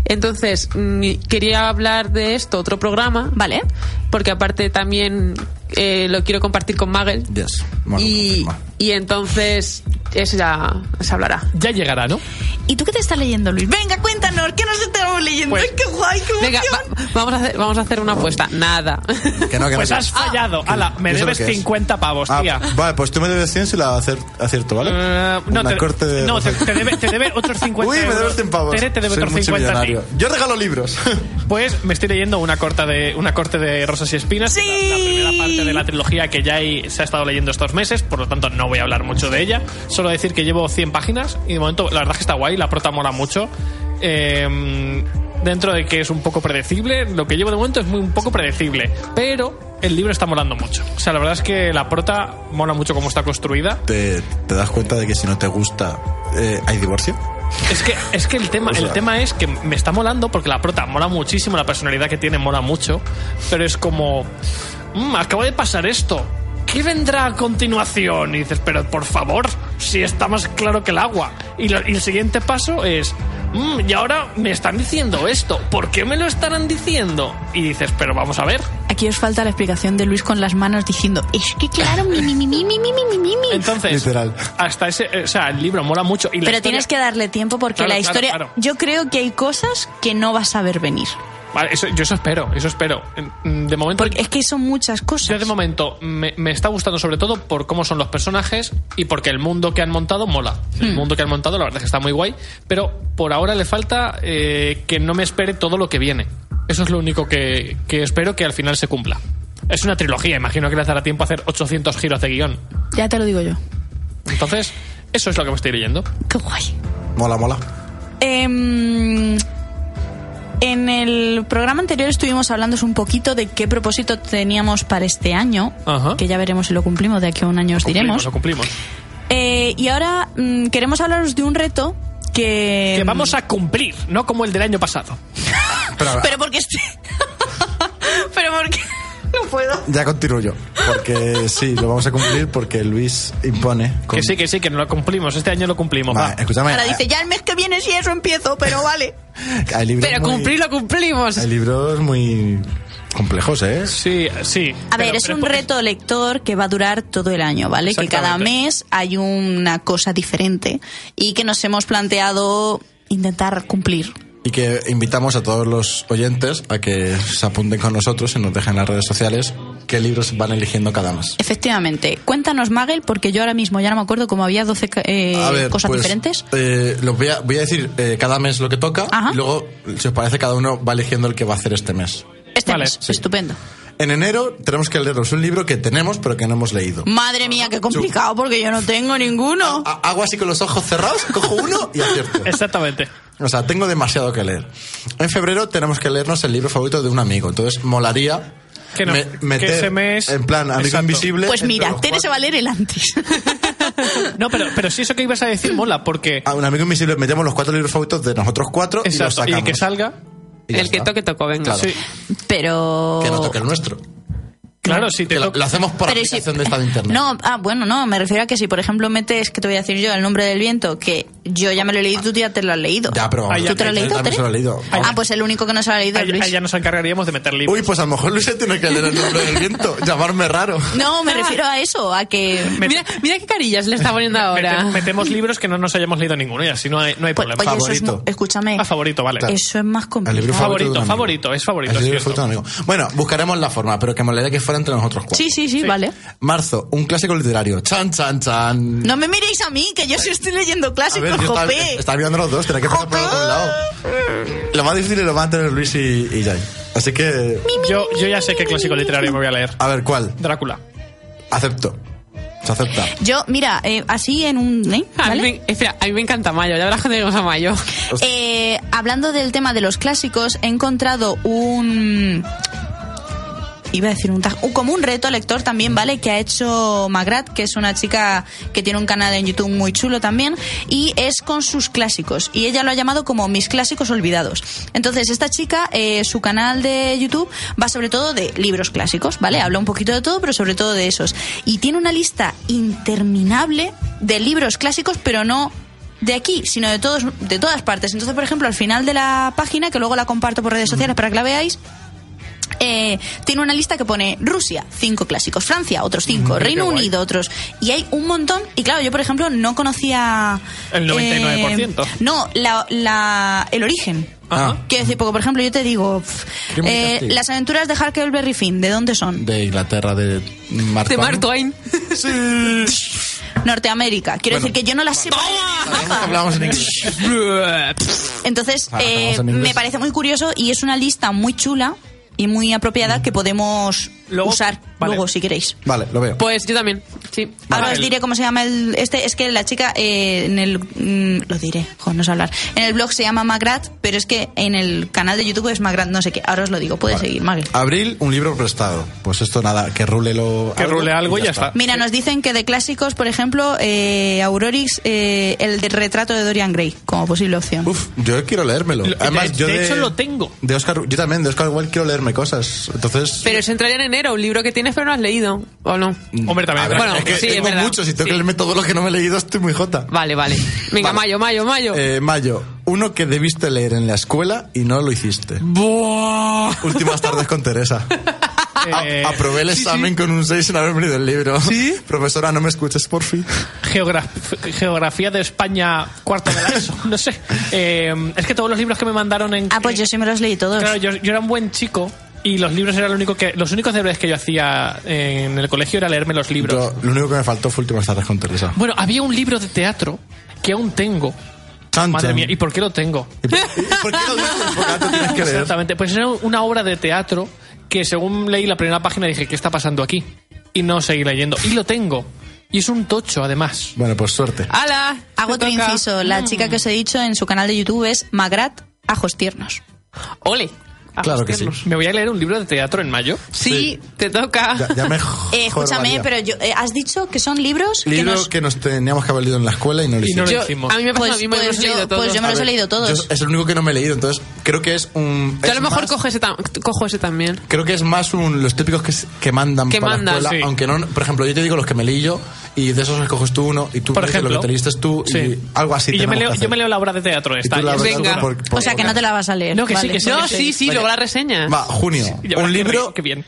S4: Entonces, mm, quería hablar de esto, otro programa,
S1: Vale.
S4: porque aparte también eh, lo quiero compartir con Magel.
S2: Yes, Mago
S4: y,
S2: confirma.
S4: y entonces, eso ya se hablará.
S3: Ya llegará, ¿no?
S1: ¿Y tú qué te estás leyendo, Luis? Venga, cuéntanos, ¿qué nos estamos leyendo?
S3: Pues-
S1: Ay, ¡Qué guay, qué
S4: Venga,
S1: emoción!
S4: va- vamos, a hacer, vamos a hacer una apuesta. Nada.
S2: Que no, que no,
S3: Pues
S2: que-
S3: has fallado.
S2: Ah,
S3: Ala, me
S2: Yo sé lo
S3: debes
S2: que es.
S3: 50 pavos,
S2: Ah,
S3: tía.
S2: Vale, pues tú me debes 100 si la acer- acierto, ¿vale?
S3: Eh, no,
S2: Una
S3: te,
S2: corte de.
S3: no te, te debe, te debe otros 50
S2: Uy, me
S3: euros.
S2: debes 100 pavos.
S3: Tere, te debe
S2: Soy
S3: otros 50 a ti.
S2: multimillonario. Yo regalo libros.
S3: Pues me estoy leyendo una corta de una corte de Rosas y Espinas,
S1: ¡Sí!
S3: la, la primera parte de la trilogía que ya he- se ha estado leyendo estos meses, por lo tanto no voy a hablar mucho de ella, solo decir que llevo 100 páginas y de momento la verdad es que está guay, la prota mola mucho. Eh, dentro de que es un poco predecible, lo que llevo de momento es muy un poco predecible, pero el libro está molando mucho. O sea, la verdad es que la prota mola mucho cómo está construida.
S2: ¿Te, te das cuenta de que si no te gusta, eh, hay divorcio?
S3: Es que, es que el, tema,
S2: O sea.
S3: el tema es que me está molando porque la prota mola muchísimo, la personalidad que tiene mola mucho, pero es como, "Mm, acabo de pasar esto, ¿qué vendrá a continuación? Y dices, pero por favor, si está más claro que el agua. Y, lo- y el siguiente paso es, "Mm, y ahora me están diciendo esto, ¿por qué me lo estarán diciendo? Y dices, pero vamos a ver.
S1: Aquí os falta la explicación de Luis con las manos diciendo, es que claro, mi, mi, mi, mi, mi, mi, mi, mi, mi".
S3: Entonces,
S2: Literal.
S3: hasta ese, o sea, el libro mola mucho. Y
S1: Pero
S3: la historia-
S1: tienes que darle tiempo porque
S3: Claro,
S1: la
S3: claro,
S1: historia.
S3: claro.
S1: Yo creo que hay cosas que no vas a ver venir.
S3: Vale, eso- yo eso espero, eso espero. Mm, De momento...
S1: Porque es que son muchas
S3: Yo
S1: cosas.
S3: de momento me, me está gustando sobre todo por cómo son los personajes y porque el mundo que han montado mola. El
S1: Hmm.
S3: mundo que han montado la verdad es que está muy guay, pero por ahora le falta eh, que no me espere todo lo que viene. Eso es lo único que, que espero que al final se cumpla. Es una trilogía, imagino que les dará tiempo a hacer 800 giros de guión.
S1: Ya te lo digo yo.
S3: Entonces, eso es lo que me estoy leyendo.
S1: Qué guay.
S2: Mola, mola.
S1: Em, en el programa anterior estuvimos hablando un poquito de qué propósito teníamos para este año,
S3: Ajá.
S1: que ya veremos si lo cumplimos, de aquí a un año os diremos.
S3: Lo cumplimos.
S1: Eh, y ahora mm, queremos hablaros de un reto que... mm,
S3: Que vamos a cumplir, no como el del año pasado.
S2: Pero, ahora-
S1: Pero porque... este- Pero porque... No puedo.
S2: ya continúo yo. Porque sí, lo vamos a cumplir porque Luis impone. con-
S3: Que sí, que sí, que no lo cumplimos. Este año lo cumplimos.
S2: Vale,
S3: va.
S2: escúchame. eh,
S1: Ahora dice, ya el mes que viene sí eso empiezo, pero vale.
S2: Hay libros
S4: Pero
S2: muy-
S4: cumplirlo cumplimos.
S2: Hay libros muy complejos, ¿eh?
S3: Sí, sí.
S1: A
S3: pero-
S1: ver, es
S3: pero
S1: un
S3: porque-
S1: reto lector que va a durar todo el año, ¿vale? Que cada
S3: Exactamente.
S1: mes hay una cosa diferente y que nos hemos planteado intentar cumplir.
S2: Y que invitamos a todos los oyentes a que se apunten con nosotros y nos dejen en las redes sociales qué libros van eligiendo cada mes.
S1: Efectivamente. Cuéntanos, Magel, porque yo ahora mismo ya no me acuerdo cómo había 12 ca- eh,
S2: a ver,
S1: cosas
S2: pues,
S1: diferentes.
S2: eh, lo voy, a, voy a decir eh, cada mes lo que toca
S1: Ajá.
S2: y luego, si os parece, cada uno va eligiendo el que va a hacer este mes.
S1: Este
S3: vale,
S1: mes,
S3: sí.
S1: estupendo.
S2: En enero tenemos que leernos un libro que tenemos pero que no hemos leído.
S1: Madre mía, qué complicado, porque yo no tengo ninguno.
S2: A- hago así con los ojos cerrados, cojo uno y acierto.
S3: Exactamente.
S2: O sea, tengo demasiado que leer. En febrero tenemos que leernos el libro favorito de un amigo, entonces molaría
S3: Que no,
S2: me-
S3: que
S2: meter
S3: ese mes-
S2: en plan amigo
S3: Exacto.
S2: invisible.
S1: Pues
S2: ah, entre
S1: mira,
S2: los
S1: Tere se va a leer el antes.
S3: No, pero, pero si eso que ibas a decir mola, porque.
S2: a un amigo invisible metemos los cuatro libros favoritos de nosotros cuatro Ah, y los
S3: Exacto, y,
S2: sacamos.
S3: el que salga.
S2: Y ya
S4: El que
S2: está.
S4: toque, tocó, venga.
S2: Claro.
S3: Sí.
S1: Pero...
S2: Que no toque el nuestro.
S3: Claro, si te
S2: Que lo,
S3: toca-
S2: lo hacemos por
S1: Pero si-
S2: aplicación de estado de internet.
S1: No, ah, bueno, no, me refiero a que si, por ejemplo, metes, que te voy a decir yo, el nombre del viento, que yo ya me lo he leído y tú ya te lo has leído.
S2: Ya, pero vamos,
S3: Ah, ya,
S1: ¿Tú te lo has
S3: ya,
S1: leído,
S2: ya,
S1: Tere?
S2: se lo he leído.
S1: Ah, pues el único que no se lo ha leído es
S3: Allá,
S1: Luis.
S3: allá nos encargaríamos de meter libros.
S2: Uy, pues a lo mejor Luis se tiene que leer el nombre del viento. Llamarme raro.
S1: No, me refiero a eso, a que...
S4: Mira, mira qué carillas le está poniendo
S3: Mete-
S4: ahora.
S3: metemos libros que no nos hayamos leído ninguno y así no hay, no hay
S1: Pues,
S3: problema.
S1: oye, eso es,
S2: Favorito.
S1: mu- escúchame,
S3: Ah, favorito, vale.
S1: eso es más
S2: El
S1: complicado.
S2: libro
S3: Favorito,
S2: de un amigo.
S3: favorito, es favorito,
S2: El
S3: es
S2: libro
S3: cierto.
S2: favorito de un amigo. Bueno, buscaremos la forma, pero que molaría que fuera entre nosotros cuatro.
S1: Sí, sí, sí, vale.
S2: Marzo, un clásico literario. Chan, chan, chan.
S1: No me miréis a mí, que yo sí estoy leyendo
S2: A
S1: clásicos,
S2: ver, yo estaba,
S1: jopé.
S2: estaba mirando los dos, tenía que pasar por
S1: Jope.
S2: algún lado. Lo más difícil lo van a tener Luis y, y Jai. Así que,
S3: Yo, yo ya sé qué clásico literario me voy a leer.
S2: a ver, ¿cuál?
S3: Drácula.
S2: Acepto. Se acepta.
S1: Yo, mira, eh, así en un... ¿eh?
S4: A mí
S1: ¿Vale?
S4: me- espera, a mí me encanta Mayo, ya verás cuando lleguemos a Mayo.
S1: Eh, hablando del tema de los clásicos, he encontrado un. Iba a decir un tag, un- como un reto lector también, ¿vale? Que ha hecho Magrat, que es una chica que tiene un canal en YouTube muy chulo también, y es con sus clásicos. Y ella lo ha llamado como mis clásicos olvidados. Entonces, esta chica, eh, su canal de YouTube va sobre todo de libros clásicos, ¿vale? Habla un poquito de todo, pero sobre todo de esos. Y tiene una lista interminable de libros clásicos, pero no de aquí, sino de todos, de todas partes. Entonces, por ejemplo, al final de la página, que luego la comparto por redes sociales para que la veáis. eh, tiene una lista que pone Rusia, cinco clásicos, Francia, otros cinco, Reino
S3: Mm, guay.
S1: Unido, otros. Y hay un montón. Y claro, yo, por ejemplo, no conocía.
S3: El 99%.
S1: eh, no, la, la- el origen.
S2: Ah.
S3: Ajá.
S1: Quiero decir, porque, por ejemplo, yo te digo. pf,
S2: Crimen y
S1: eh,
S2: castigo.
S1: las aventuras de Huckleberry Finn, ¿de dónde son?
S2: De Inglaterra, de Marco.
S4: De Mark Twain.
S1: Norteamérica. Quiero
S2: Bueno.
S1: decir que yo no las sé.
S2: Hablamos en inglés.
S1: Entonces,
S2: Ah,
S1: eh,
S2: vamos en inglés.
S1: me parece muy curioso y es una lista muy chula y muy apropiada que podemos
S3: Mm. Luego-
S1: usar
S3: vale.
S1: luego si queréis.
S2: Vale, lo veo.
S4: Pues yo también, sí.
S1: Ahora
S3: Vale.
S1: os diré cómo se llama el este. Es que la chica eh, en el mm, lo diré, jo, no sé hablar. En el blog se llama Magrat, pero es que en el canal de YouTube es Magrat, no sé qué. Ahora os lo digo. Puedes seguir, Magrat.
S2: Abril, un libro prestado. Pues esto nada, que rule lo.
S3: Que rule algo y ya está.
S1: Mira, nos dicen que de clásicos, por ejemplo, eh, Aurorix, eh, el de retrato de Dorian Gray como posible opción.
S2: Uf, yo quiero leérmelo.
S3: Lo-
S2: Además,
S3: de-
S2: yo
S3: de hecho, lo tengo.
S2: De Oscar, yo también, de Oscar Wilde quiero leerme cosas. Entonces.
S4: Pero eso entraría en enero, un libro que tienes pero no has leído, ¿o no?
S3: Hombre, también.
S2: A ver,
S4: bueno,
S2: es que
S4: sí, es
S2: tengo
S4: verdad.
S2: muchos y tengo
S4: Sí.
S2: que leerme todo lo que no me he leído, estoy muy jota.
S4: Vale, vale. Venga,
S2: Vale.
S4: Mayo, Mayo, Mayo.
S2: Eh, mayo, uno que debiste leer en la escuela y no lo hiciste.
S4: Buah.
S2: Últimas tardes con Teresa.
S3: Eh,
S2: A- aprobé el examen con un 6 sin haberme leído el libro.
S4: ¿Sí?
S2: Profesora, no me escuches, por fin.
S3: Geograf- Geografía de España, cuarto de la ESO, no sé. Eh, es que todos los libros que me mandaron en...
S1: Ah, pues yo sí me los leí todos.
S3: Claro, yo, yo era un buen chico y los libros eran lo único que... Los únicos deberes que yo hacía en el colegio era leerme los libros.
S2: Yo- lo único que me faltó fue últimas tardes con Teresa.
S3: Bueno, había un libro de teatro que aún tengo.
S2: Chan,
S3: Madre
S2: chan.
S3: mía, ¿y por qué lo tengo?
S2: ¿Y por, y por qué lo dices? Porque ahora tú tienes que leer.
S3: Exactamente, pues era una obra de teatro que según leí la primera página dije, ¿qué está pasando aquí? Y no seguí leyendo. Y lo tengo. Y es un tocho, además.
S2: Bueno, pues suerte.
S3: Ah.
S4: ¡Hala!
S1: Hago
S4: Te
S1: otro
S4: toca.
S1: inciso. La chica que os he dicho en su canal de YouTube es Magrat Ajos Tiernos.
S4: ¡Ole! A
S2: Claro que sí.
S4: buscarlos.
S3: Me voy a leer un libro de teatro en mayo.
S4: Sí, te toca.
S2: Ya, ya me
S1: Eh,
S2: joder,
S1: escúchame,
S2: María.
S1: pero yo, eh, has dicho que son libros
S2: Libro
S1: que nos...
S2: que nos teníamos que haber leído en la escuela y no lo
S3: Y no
S2: hicimos.
S3: lo
S4: Yo-
S3: hicimos.
S4: a mí me pasa
S1: Pues-
S4: lo mismo, yo
S1: pues
S4: los he
S1: yo-
S4: leído todos.
S1: pues yo me
S4: A
S1: los he
S4: ver,
S1: leído todos.
S2: Yo- es el único que no me he leído, entonces creo que es un...
S4: Yo a
S2: es
S4: lo mejor
S2: más-
S4: cojo ese, tam- cojo ese también.
S2: Creo que es más un, los típicos que, s- que mandan
S4: Que
S2: para
S4: mandan,
S2: la escuela,
S3: sí.
S2: aunque no, por ejemplo, yo te digo los que me leí yo y de esos escoges tú uno y tú
S3: Por
S2: me dices
S3: ejemplo.
S2: lo que te leíste tú
S3: Sí.
S2: y algo así.
S3: Y yo me,
S2: tenemos
S3: leo,
S2: que
S3: yo me
S2: hacer.
S3: leo la obra de teatro.
S2: Y
S3: Esta,
S2: tú la
S3: ya
S2: verdad,
S4: venga.
S2: por- por-
S1: O sea, que no te la vas a leer.
S3: No, que sí,
S1: vale.
S3: que sí.
S4: No, sí, sí,
S2: Vale.
S4: luego la reseña.
S2: Va, junio.
S3: Ya,
S2: un
S3: qué
S2: libro,
S3: bien, Qué bien.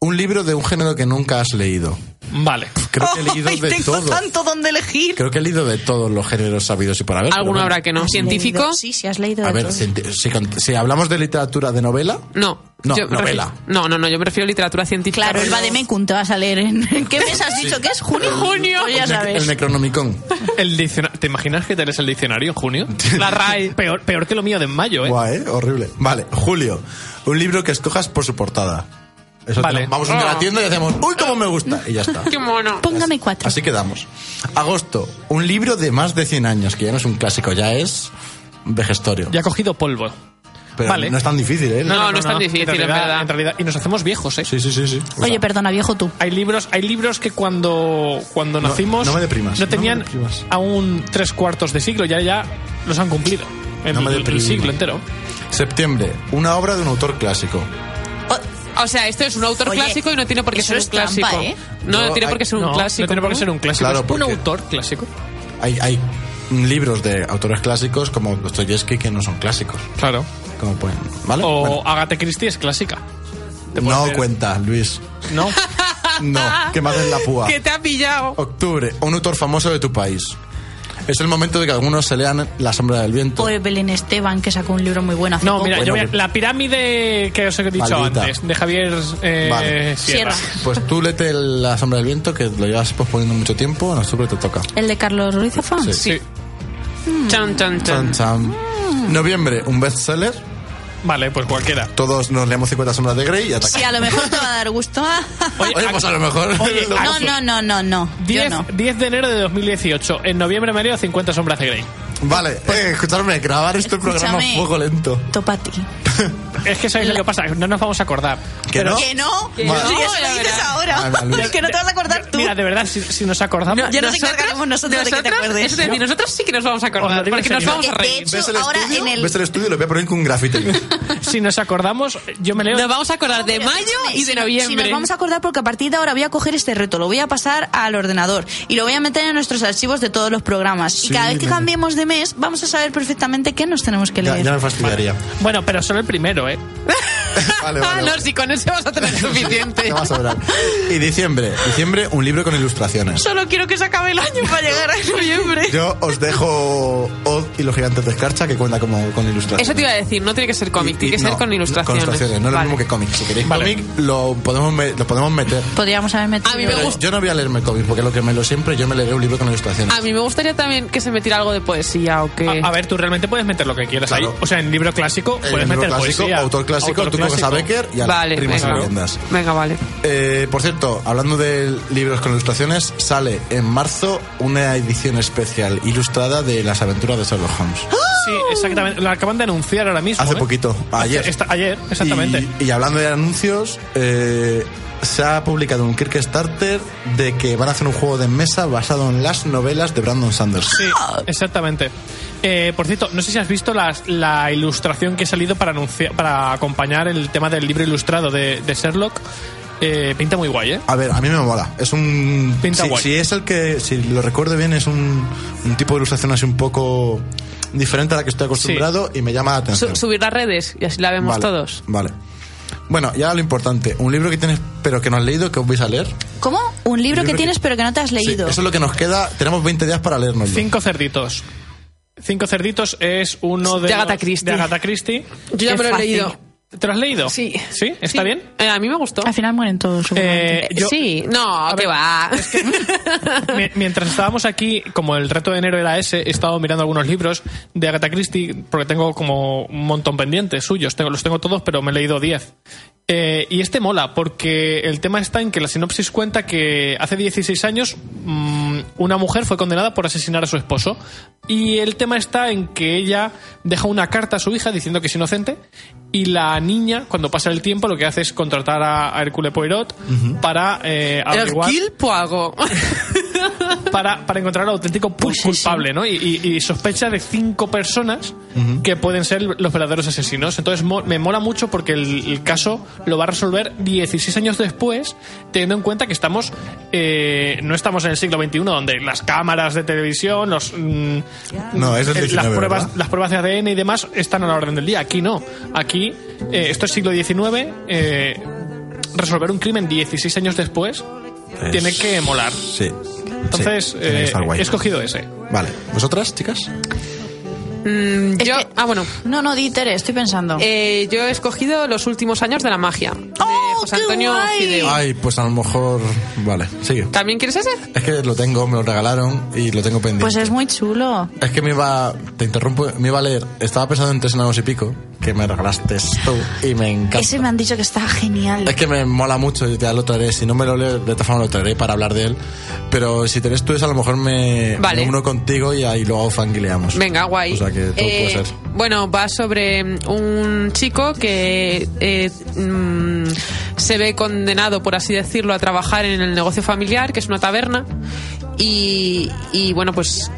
S2: un libro de un género que nunca has leído.
S3: Vale.
S2: Creo que he leído
S1: Ay,
S2: de
S1: tengo
S2: todo.
S1: tanto donde elegir.
S2: Creo que he leído de todos los géneros sabidos y por haber. pero
S4: Alguno
S2: bueno.
S4: habrá que no. ¿Científico?
S1: Leído- Sí, sí, has leído
S2: A
S1: de
S2: ver,
S1: todo.
S2: si, si cont- si hablamos de literatura de novela,
S4: No.
S2: No,
S4: yo me refiero-
S2: novela.
S4: No, no, no, yo me refiero a literatura científica.
S1: Claro, el Bademecum te vas a leer. ¿En qué mes has dicho que es? ¿Junio?
S4: Junio.
S1: Pues ya
S2: el, ne- el
S1: sabes.
S2: Necronomicon.
S3: El dicciona- ¿Te imaginas que te lees el diccionario en junio?
S4: La RAE.
S3: Peor, peor que lo mío de mayo, ¿eh?
S2: Guau, ¿eh? Horrible. Vale, Julio. Un libro que escojas por su portada. Eso
S3: Vale.
S2: tenemos- Vamos a la
S4: Ah.
S2: tienda y hacemos, uy, cómo me gusta. Y ya está.
S4: Qué mono.
S1: Póngame cuatro.
S2: Así quedamos. Agosto. Un libro de más de 100 años, que ya no es un clásico, ya es vegestorio.
S3: Ya ha cogido polvo.
S2: Pero
S3: vale.
S2: no es tan difícil, ¿eh?
S4: No, no es tan difícil,
S3: en realidad,
S4: es verdad.
S3: en realidad- y nos hacemos viejos, ¿eh?
S2: Sí, sí, sí, sí.
S1: Oye, perdona, viejo tú.
S3: Hay libros, hay libros que cuando, cuando
S2: No,
S3: nacimos
S2: no me deprimas,
S3: no
S2: no me
S3: tenían
S2: deprimas.
S3: aún tres cuartos de siglo, ya, ya los han cumplido. El,
S2: No me
S3: el
S2: deprimas.
S3: siglo entero.
S2: Septiembre. Una obra de un autor clásico.
S1: Oh,
S4: O sea, esto es un autor
S1: Oye,
S4: clásico y no tiene por qué
S1: eso
S4: ser un
S1: es trampa,
S4: clásico.
S1: ¿eh?
S4: No,
S2: No,
S4: no tiene por
S2: hay-
S4: qué ser un
S3: no,
S4: clásico.
S3: no tiene por qué
S4: ¿no?
S3: ser un clásico.
S2: Claro,
S3: es un
S2: porque-
S3: autor clásico.
S2: Hay, hay libros de autores clásicos como Dostoyevsky que no son clásicos.
S3: Claro.
S2: Como pueden, ¿vale?
S3: O
S2: Bueno.
S3: Agatha Christie es clásica. Te puedes
S2: no
S3: leer-
S2: cuenta, Luis.
S3: No.
S2: No, que más en la púa.
S4: Que te ha pillado.
S2: Octubre, un autor famoso de tu país. Es el momento de que algunos se lean La sombra del viento.
S1: O Belén Esteban, que sacó un libro muy bueno hace
S3: No,
S1: poco.
S3: mira, yo voy a-
S2: Bueno,
S3: la pirámide que os he dicho
S2: Maldita.
S3: antes, de Javier eh,
S2: Vale.
S3: Sierra.
S1: Sierra.
S2: Pues tú lete el La sombra del viento, que lo llevas posponiendo mucho tiempo, en octubre te toca.
S1: ¿El de Carlos Ruiz Zafón?
S2: Sí.
S3: Sí.
S4: Chan, chan,
S2: Chan,
S4: chan.
S2: chan. Noviembre, un bestseller.
S3: Vale, pues cualquiera.
S2: Todos nos leemos 50 sombras de Grey y
S1: Sí,
S2: atacamos.
S1: a lo mejor te va a dar gusto.
S3: Oye,
S2: Oye,
S3: a-
S2: pues a lo mejor.
S3: Oye,
S2: lo-
S3: a-
S1: no, no, no, no, no. Yo
S3: 10,
S1: no.
S3: 10 de enero de 2018. En noviembre me leo 50 sombras de Grey.
S2: Vale, eh, escuchadme, grabar este programa es
S1: Pues- Escúchame.
S2: un poco lento.
S1: Topa a ti.
S3: Es que sabéis lo que pasa, no nos vamos a acordar.
S2: ¿Que no?
S1: Que no.
S2: no,
S1: Sí, eso
S4: ya
S1: lo dices
S4: verás.
S1: ahora.
S2: Ay, Malu.
S1: que no te vas a acordar tú.
S3: Mira, de verdad, si, si nos acordamos...
S1: ya nos encargaremos nosotros de que te acuerdes.
S4: Es decir, nosotros sí que nos vamos a
S3: Os lo
S4: acordar.
S3: digo en
S4: Porque nos
S3: serio.
S4: vamos a
S1: Porque, de
S4: reír.
S1: hecho,
S2: ¿Ves el
S1: ahora
S2: estudio?
S1: en el-
S2: ¿Ves el estudio? Lo voy a poner con un graffiti.
S3: Si nos acordamos, yo me leo...
S4: Nos vamos a acordar de
S1: Pero
S4: mayo
S1: escúchame,
S4: y de
S1: si no- Si nos
S4: noviembre.
S1: vamos a acordar porque a partir de ahora voy a coger este reto, lo voy a pasar al ordenador y lo voy a meter en nuestros archivos de todos los programas.
S2: Sí,
S1: y cada vez que
S2: venga.
S1: cambiemos de mes vamos a saber perfectamente qué nos tenemos que
S2: ya,
S1: leer.
S2: ya me fastidiaría.
S3: Bueno, pero solo el primero, ¿eh?
S2: Vale,
S4: Ah,
S2: vale.
S4: no, si con ese vas a tener
S2: Te
S4: suficiente.
S2: vas a hablar. Y diciembre, diciembre, un libro con ilustraciones.
S4: Solo quiero que se acabe el año para llegar a noviembre.
S2: Yo os dejo Oz y los gigantes de escarcha que cuenta como con ilustraciones.
S4: Eso te iba a decir, no tiene que ser cómic,
S2: Y-
S4: tiene
S2: y-
S4: que ser
S2: no,
S4: con ilustraciones.
S2: Con ilustraciones, no es
S4: Vale.
S2: lo mismo que cómic. Si queréis
S3: Vale.
S2: cómic, lo podemos, me- lo podemos meter.
S1: Podríamos haber metido.
S4: A mí me
S2: Pero
S4: gusta.
S2: Yo no voy a leerme cómic porque lo que me lo siempre, yo me leeré un libro con ilustraciones. Eh,
S4: A mí me gustaría también que se metiera algo de poesía o que...
S3: A, a ver, tú realmente puedes meter lo que quieras
S2: Claro.
S3: ahí. O sea, en libro clásico
S2: Eh,
S3: puedes
S2: libro
S3: meter
S2: clásico,
S3: poesía.
S2: autor clásico,
S3: Autor
S2: tú coges a
S3: clásico.
S2: Becker y a las
S4: vale,
S2: primas
S4: venga.
S2: leyendas.
S4: Venga, vale.
S2: Eh, por cierto, hablando de libros con ilustraciones, sale en marzo una edición especial ilustrada de las aventuras de Sherlock Holmes.
S4: ¡Ah!
S3: Sí, exactamente. Lo acaban de anunciar ahora mismo.
S2: Hace
S3: ¿eh?
S2: poquito, ayer.
S3: Esta- ayer, exactamente.
S2: Y, y hablando de anuncios, eh, se ha publicado un Kickstarter de que van a hacer un juego de mesa basado en las novelas de Brandon Sanders.
S3: Sí, exactamente. Eh, por cierto, no sé si has visto las- la ilustración que ha salido para anunciar, para acompañar el tema del libro ilustrado de, de Sherlock. Eh, pinta muy guay, ¿eh?
S2: A ver, a mí me mola. Es un.
S3: Pinta
S2: si,
S3: guay.
S2: si es el que, si lo recuerdo bien, es un, un tipo de ilustración así un poco diferente a la que estoy acostumbrado y me llama la atención.
S4: Su- subir las redes y así la vemos
S2: Vale,
S4: todos.
S2: Vale. Bueno, y ahora lo importante. Un libro que tienes, pero que no has leído, que os vais a leer.
S1: ¿Cómo? Un libro
S2: Yo
S1: que
S2: creo
S1: tienes
S2: que-
S1: pero que no te has
S2: Sí,
S1: leído.
S2: eso es lo que nos queda. Tenemos 20 días para leernos.
S3: Cinco cerditos. Cinco cerditos es uno de,
S4: De Agatha
S3: los-
S4: Christie.
S3: de Agatha Christie.
S4: Yo ya
S1: Qué
S4: me lo he
S1: fácil.
S4: leído.
S3: ¿Te lo has leído?
S4: Sí.
S3: ¿Sí? ¿Está
S4: Sí.
S3: bien?
S4: Eh, a mí me gustó.
S1: Al final mueren todos. seguramente.
S3: Eh, yo-
S4: sí, no, que
S3: ver,
S4: va.
S3: Mi- Mientras estábamos aquí, como el reto de enero era ese, he estado mirando algunos libros de Agatha Christie, porque tengo como un montón pendientes suyos. Tengo, los tengo todos, pero me he leído 10. Eh, y este mola, porque el tema está en que la sinopsis cuenta que hace 16 años mm, una mujer fue condenada por asesinar a su esposo. Y el tema está en que ella deja una carta a su hija diciendo que es inocente. Y la niña, cuando pasa el tiempo, lo que hace es contratar a, a Hercule Poirot para eh,
S4: El
S3: averiguar
S4: kill Poago.
S3: para, para encontrar al auténtico pu- culpable, ¿no? Y, y- y sospecha de cinco personas que pueden ser los verdaderos asesinos. Entonces mo- me mola mucho porque el, el caso lo va a resolver 16 años después, teniendo en cuenta que estamos eh, no estamos en el siglo XXI, donde las cámaras de televisión, los mm,
S2: No, es del
S3: eh,
S2: 19,
S3: las pruebas
S2: ¿verdad?
S3: las pruebas de ADN y demás están a la orden del día. Aquí no. Aquí eh, esto es siglo XIX. eh, resolver un crimen 16 años después
S2: Es-
S3: tiene que molar.
S2: Sí.
S3: Entonces,
S2: Sí, tiene que
S3: eh,
S2: estar guay.
S3: he escogido ese.
S2: Vale. ¿Vosotras, chicas?
S4: Mm, yo,
S1: que-
S4: ah, bueno.
S1: No, no, Dieter, estoy pensando.
S4: Eh, yo he escogido los últimos años de la magia. de
S1: ¡Oh,
S4: José
S1: qué
S4: Antonio
S1: guay!
S4: Fideo.
S2: Ay, pues a lo mejor. Vale, sigue.
S4: ¿También quieres ese?
S2: Es que lo tengo, me lo regalaron y lo tengo pendiente.
S1: pues es muy chulo.
S2: Es que me iba, te interrumpo, me iba a leer, estaba pensando en tres enanos y pico, que me regalaste tú y me encanta.
S1: Ese me han dicho que está genial.
S2: Es que me mola mucho y ya lo traeré, si no me lo leo, de otra forma lo traeré para hablar de él, pero si tenés tú eso a lo mejor me,
S4: Vale.
S2: me uno contigo y ahí luego fanguileamos.
S4: Venga, guay.
S2: O sea que todo
S4: Eh,
S2: puede ser.
S4: Bueno, va sobre mm, un chico que eh, mm, se ve condenado, por así decirlo, a trabajar en el negocio familiar, que es una taberna. Y, y, bueno, pues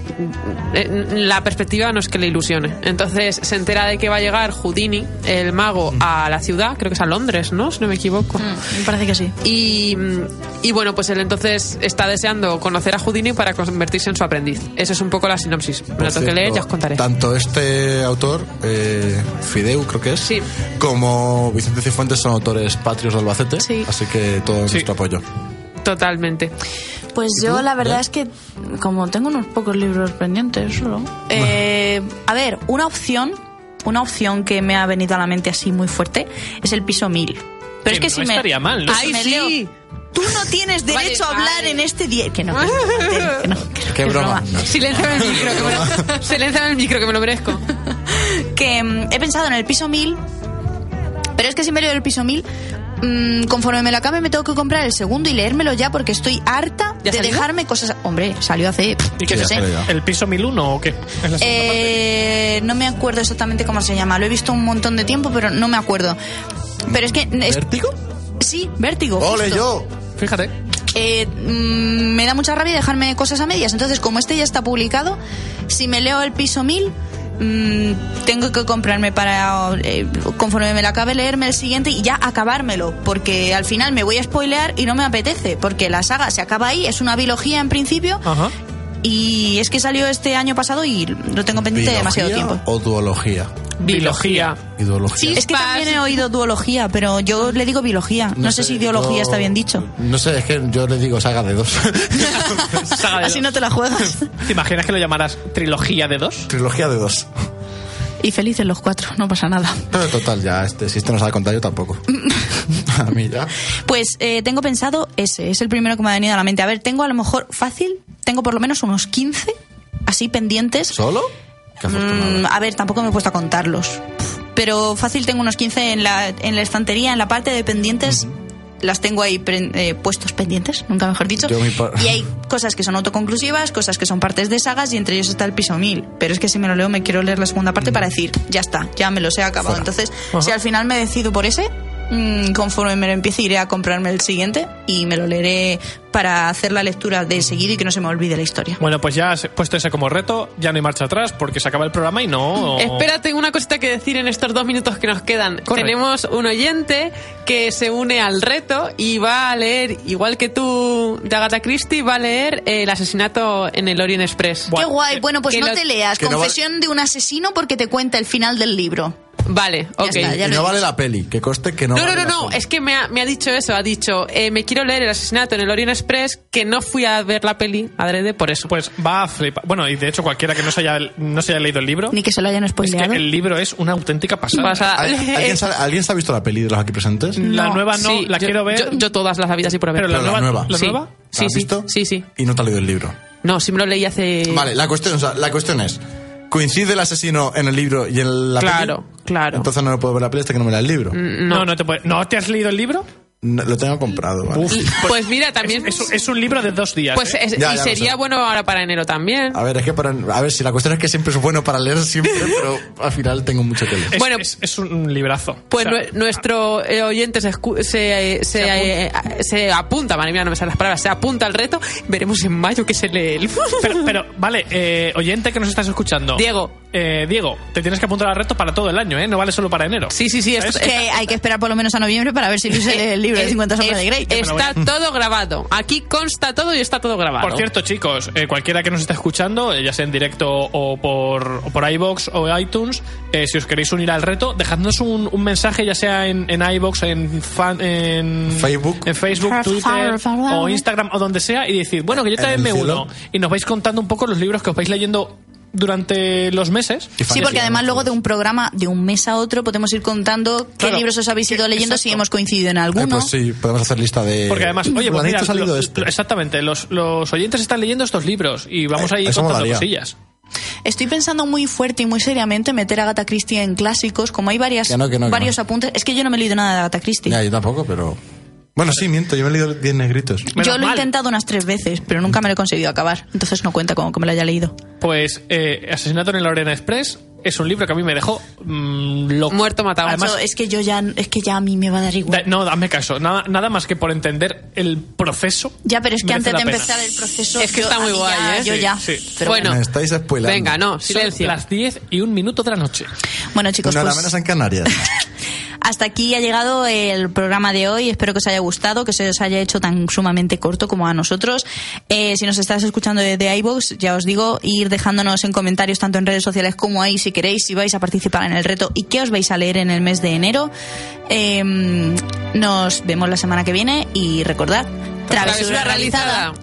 S4: eh, la perspectiva no es que le ilusione. Entonces se entera de que va a llegar Houdini, el
S2: Mm.
S4: mago, a la ciudad, creo que es a Londres, ¿no? Si no me equivoco.
S1: Mm, Me parece que sí.
S4: Y, mm, y bueno, pues él entonces está deseando conocer a Houdini para convertirse en su aprendiz. Eso es un poco la sinopsis. Me lo
S2: Por
S4: tengo que leer,
S2: cierto,
S4: ya os contaré.
S2: Tanto este autor, eh, Fideu creo que es,
S4: Sí.
S2: como Vicente Cifuentes son autores patrios de Albacete,
S4: Sí.
S2: así que todo
S3: Sí.
S2: nuestro apoyo.
S4: Totalmente.
S6: Pues
S2: ¿Y
S6: yo
S2: tú?
S6: la verdad
S2: ¿Eh?
S6: es que como tengo unos pocos libros pendientes solo.
S1: Eh, a ver, una opción, una opción que me ha venido a la mente así muy fuerte es el piso 1000. Pero es
S3: Que
S1: que
S3: no
S1: si me
S3: estaría mal, ¿no?
S1: Ay,
S4: ¡Ay,
S1: me
S4: sí!
S1: leo. Tú no tienes
S4: Vale,
S1: derecho a hablar
S4: vale.
S1: en este día. Que no, que no, que no, que no, que no,
S2: Qué
S1: que es
S2: broma.
S4: Silencio en el micro, que me lo, silencio en el micro, que me lo merezco.
S1: que mm, he pensado en el piso 1000, pero es que si me leo el piso 1000, mm, conforme me lo acabe me tengo que comprar el segundo y leérmelo ya porque estoy harta
S4: ¿Ya
S1: de
S4: salió?
S1: dejarme cosas... Hombre, salió hace... pff,
S3: ¿Y qué
S1: yo
S3: es
S1: sé.
S2: salió ya.
S3: ¿El piso 1001 o qué? Es la segunda
S1: Eh, no me acuerdo exactamente cómo se llama. Lo he visto un montón de tiempo, pero no me acuerdo. Pero es que... es-
S2: ¿Vértigo?
S1: sí, vértigo.
S2: ¡Ole
S1: justo.
S2: yo!
S3: parte. Fíjate.
S1: Eh, mm, me da mucha rabia dejarme cosas a medias. Entonces, como este ya está publicado, si me leo el piso 1000, mm, tengo que comprarme para, eh, conforme me lo acabe, leerme el siguiente y ya acabármelo. Porque al final me voy a spoilear y no me apetece. Porque la saga se acaba ahí, es una biología en principio.
S2: Ah.
S3: Ajá.
S1: Y es que salió este año pasado y lo tengo pendiente
S2: ¿Biología
S1: demasiado tiempo.
S2: o duología?
S4: Biología.
S2: Ideología.
S4: Sí.
S1: Es que también he oído duología, pero yo le digo biología. No, sé, si ideología
S2: yo-
S1: está bien dicho.
S2: No sé, es que yo le digo saga de dos.
S3: Saga de
S1: Así
S3: dos.
S1: no te la juegas.
S3: ¿Te imaginas que lo llamaras trilogía de dos?
S2: Trilogía de dos.
S1: y felices los cuatro, no pasa nada.
S2: Pero total, ya, este, si este nos ha contado yo tampoco. a mí ya.
S1: Pues eh, tengo pensado ese, es el primero que me ha venido a la mente. A ver, tengo a lo mejor fácil, tengo por lo menos unos 15 así pendientes.
S2: ¿Solo? Qué afortunado. eh.
S1: Mm, a ver, tampoco me he puesto a contarlos. Pero fácil tengo unos 15 en la, en la estantería, en la parte de pendientes. Las tengo ahí pre- eh, puestos pendientes, nunca mejor dicho.
S2: Yo mi par-
S1: Y hay cosas que son autoconclusivas, cosas que son partes de sagas y entre ellos está el piso 1000. Pero es que si me lo leo me quiero leer la segunda parte para decir, ya está, ya me los he acabado. Entonces, si al final me decido por ese, mm, conforme me lo empiece iré a comprarme el siguiente y me lo leeré para hacer la lectura de seguido y que no se me olvide la historia.
S3: Bueno, pues ya has puesto ese como reto, ya no hay marcha atrás porque se acaba el programa y no.
S4: Espera, tengo una cosita que decir en estos dos minutos que nos quedan.
S3: Corre.
S4: Tenemos un oyente que se une al reto y va a leer, igual que tú, de Agatha Christie, va a leer eh, El asesinato en el Orient Express.
S1: Qué
S3: Buah,
S1: guay. Bueno, pues
S4: que
S1: no
S4: lo-
S1: te leas.
S2: que no va-
S1: Confesión de un asesino porque te cuenta el final del libro.
S4: Vale, ok.
S1: está, ya
S2: Y
S1: lo
S2: no
S1: he
S2: vale
S1: dicho.
S2: la peli, que coste que no.
S4: No, no,
S2: vale
S4: no,
S2: la
S4: no,
S2: peli.
S4: es que me ha, me ha dicho eso, ha dicho, eh, me quiero leer el asesinato en el Orient Express, que no fui a ver la peli adrede por eso.
S3: Pues va a flipar. Bueno, y de hecho, cualquiera que no se haya, no se haya leído el libro.
S1: Ni que se lo hayan
S3: Es que
S1: spoileado.
S3: el libro es una auténtica pasada.
S4: Vas a-
S2: ¿Al- ¿Alguien, se, ha- ¿Alguien se ha visto la peli de los aquí presentes?
S3: La
S4: No,
S3: nueva no,
S4: sí,
S3: la
S4: yo-
S3: quiero ver.
S4: Yo, yo todas las habidas y por haber.
S3: Pero la
S2: Pero la
S3: nueva.
S2: nueva.
S3: ¿La
S4: Sí.
S3: nueva?
S2: ¿La
S4: Sí,
S2: has
S4: sí,
S2: visto?
S4: sí, sí.
S2: Y no te ha leído el libro.
S4: No, si me lo leí hace...
S3: Eh,
S2: Vale, la cuestión, o sea, la cuestión es, ¿coincide el asesino en el libro y en la
S4: Claro,
S2: peli?
S4: claro.
S2: Entonces no me puedo ver la peli hasta que no me lea el libro.
S3: No, no, te puede- ¿No te has leído el libro?
S2: No, lo tengo comprado, vale.
S3: Uf.
S4: Pues mira, también...
S3: Es, es un libro de dos días.
S4: Pues
S3: ¿eh?
S4: es-
S2: Ya,
S4: y
S2: ya lo
S4: sería
S2: sé.
S4: bueno ahora para enero también.
S2: A ver, es que para, a ver, si la cuestión es que siempre es bueno para leer siempre, pero al final tengo mucho que leer.
S3: Es-
S4: bueno.
S3: es, es un librazo.
S4: Pues
S3: O sea,
S4: nue- nuestro eh, oyente se, escu- se, eh, se, eh, se apunta, madre mía, no me salen las palabras, se apunta al reto. Veremos en mayo que se lee el.
S3: Pero, pero, vale, eh, oyente que nos estás escuchando.
S4: Diego.
S3: Eh, Diego, te tienes que apuntar al reto para todo el año, ¿eh? No vale solo para enero.
S4: Sí, sí, sí.
S3: ¿Sabes?
S4: esto-
S1: Que hay que esperar por lo menos a noviembre para ver si Luis lee el libro de
S4: es-
S1: 50 sombras
S4: es-
S1: de Grey.
S4: Está todo grabado. Aquí consta todo y está todo grabado.
S3: Por cierto, chicos, eh, cualquiera que nos esté escuchando, eh, ya sea en directo o por, o por iBox o iTunes, eh, si os queréis unir al reto, dejadnos un, un mensaje, ya sea en, en iBox, en, fan- en
S2: Facebook.
S3: en Facebook, Twitter o Instagram o donde sea, y decir, bueno, que yo
S2: En
S3: también
S2: el
S3: me
S2: cielo.
S3: uno. Y nos vais contando un poco los libros que os vais leyendo durante los meses.
S1: Sí, porque además luego de un programa, de un mes a otro, podemos ir contando qué
S3: Claro,
S1: libros os habéis
S3: que-
S1: ido leyendo, si
S3: exacto.
S1: hemos coincidido en
S2: Eh,
S1: alguno.
S2: pues sí, podemos hacer lista de...
S3: Porque además, oye, pues
S2: Fulanito
S3: mira,
S2: ha salido
S3: lo-
S2: este.
S3: lo- exactamente, los, los oyentes están leyendo estos libros y vamos
S2: Eh,
S3: a ir
S2: eso
S3: contando
S2: molaría.
S3: cosillas.
S1: Estoy pensando muy fuerte y muy seriamente meter a Agatha Christie en clásicos, como hay varias,
S2: Que no, que no, que
S1: varios
S2: no.
S1: apuntes. Es que yo no me he leído nada de Agatha Christie.
S2: Ya, yo tampoco, pero... Bueno, sí, miento, yo me he leído 10 negritos.
S3: Menos
S1: yo lo he
S3: mal.
S1: intentado unas tres veces, pero nunca me lo he conseguido acabar. Entonces no cuenta como que me lo haya leído.
S3: Pues eh, Asesinato en el Orient Express, es un libro que a mí me dejó mm, loco.
S4: Muerto, matado.
S3: Además,
S1: Macho, es que yo ya, es que ya a mí me va a dar
S3: da-
S1: igual.
S3: no, dame caso. Nada, nada más que por entender el proceso.
S1: ya, pero es que
S3: merece
S1: antes
S3: la
S1: de
S3: pena.
S1: empezar el proceso.
S4: Es que
S1: yo-
S4: está
S1: a
S4: muy
S1: mí
S4: guay,
S1: ya-
S4: ¿eh?
S1: Yo
S3: Sí,
S1: ya.
S3: sí.
S1: Pero bueno.
S4: Bueno.
S2: Me estáis spoilando.
S4: Venga, no,
S3: Son
S4: silencio.
S3: las 10 y un minuto de la noche.
S1: Bueno, chicos,
S2: Una hora
S1: pues-
S2: menos en Canarias.
S1: Hasta aquí ha llegado el programa de hoy. Espero que os haya gustado, que se os haya hecho tan sumamente corto como a nosotros. Eh, si nos estás escuchando desde iBox, ya os digo, ir dejándonos en comentarios tanto en redes sociales como ahí si queréis, si vais a participar en el reto y qué os vais a leer en el mes de enero. Eh, nos vemos la semana que viene y recordad, travesura,
S4: Travesura realizada.
S1: realizada.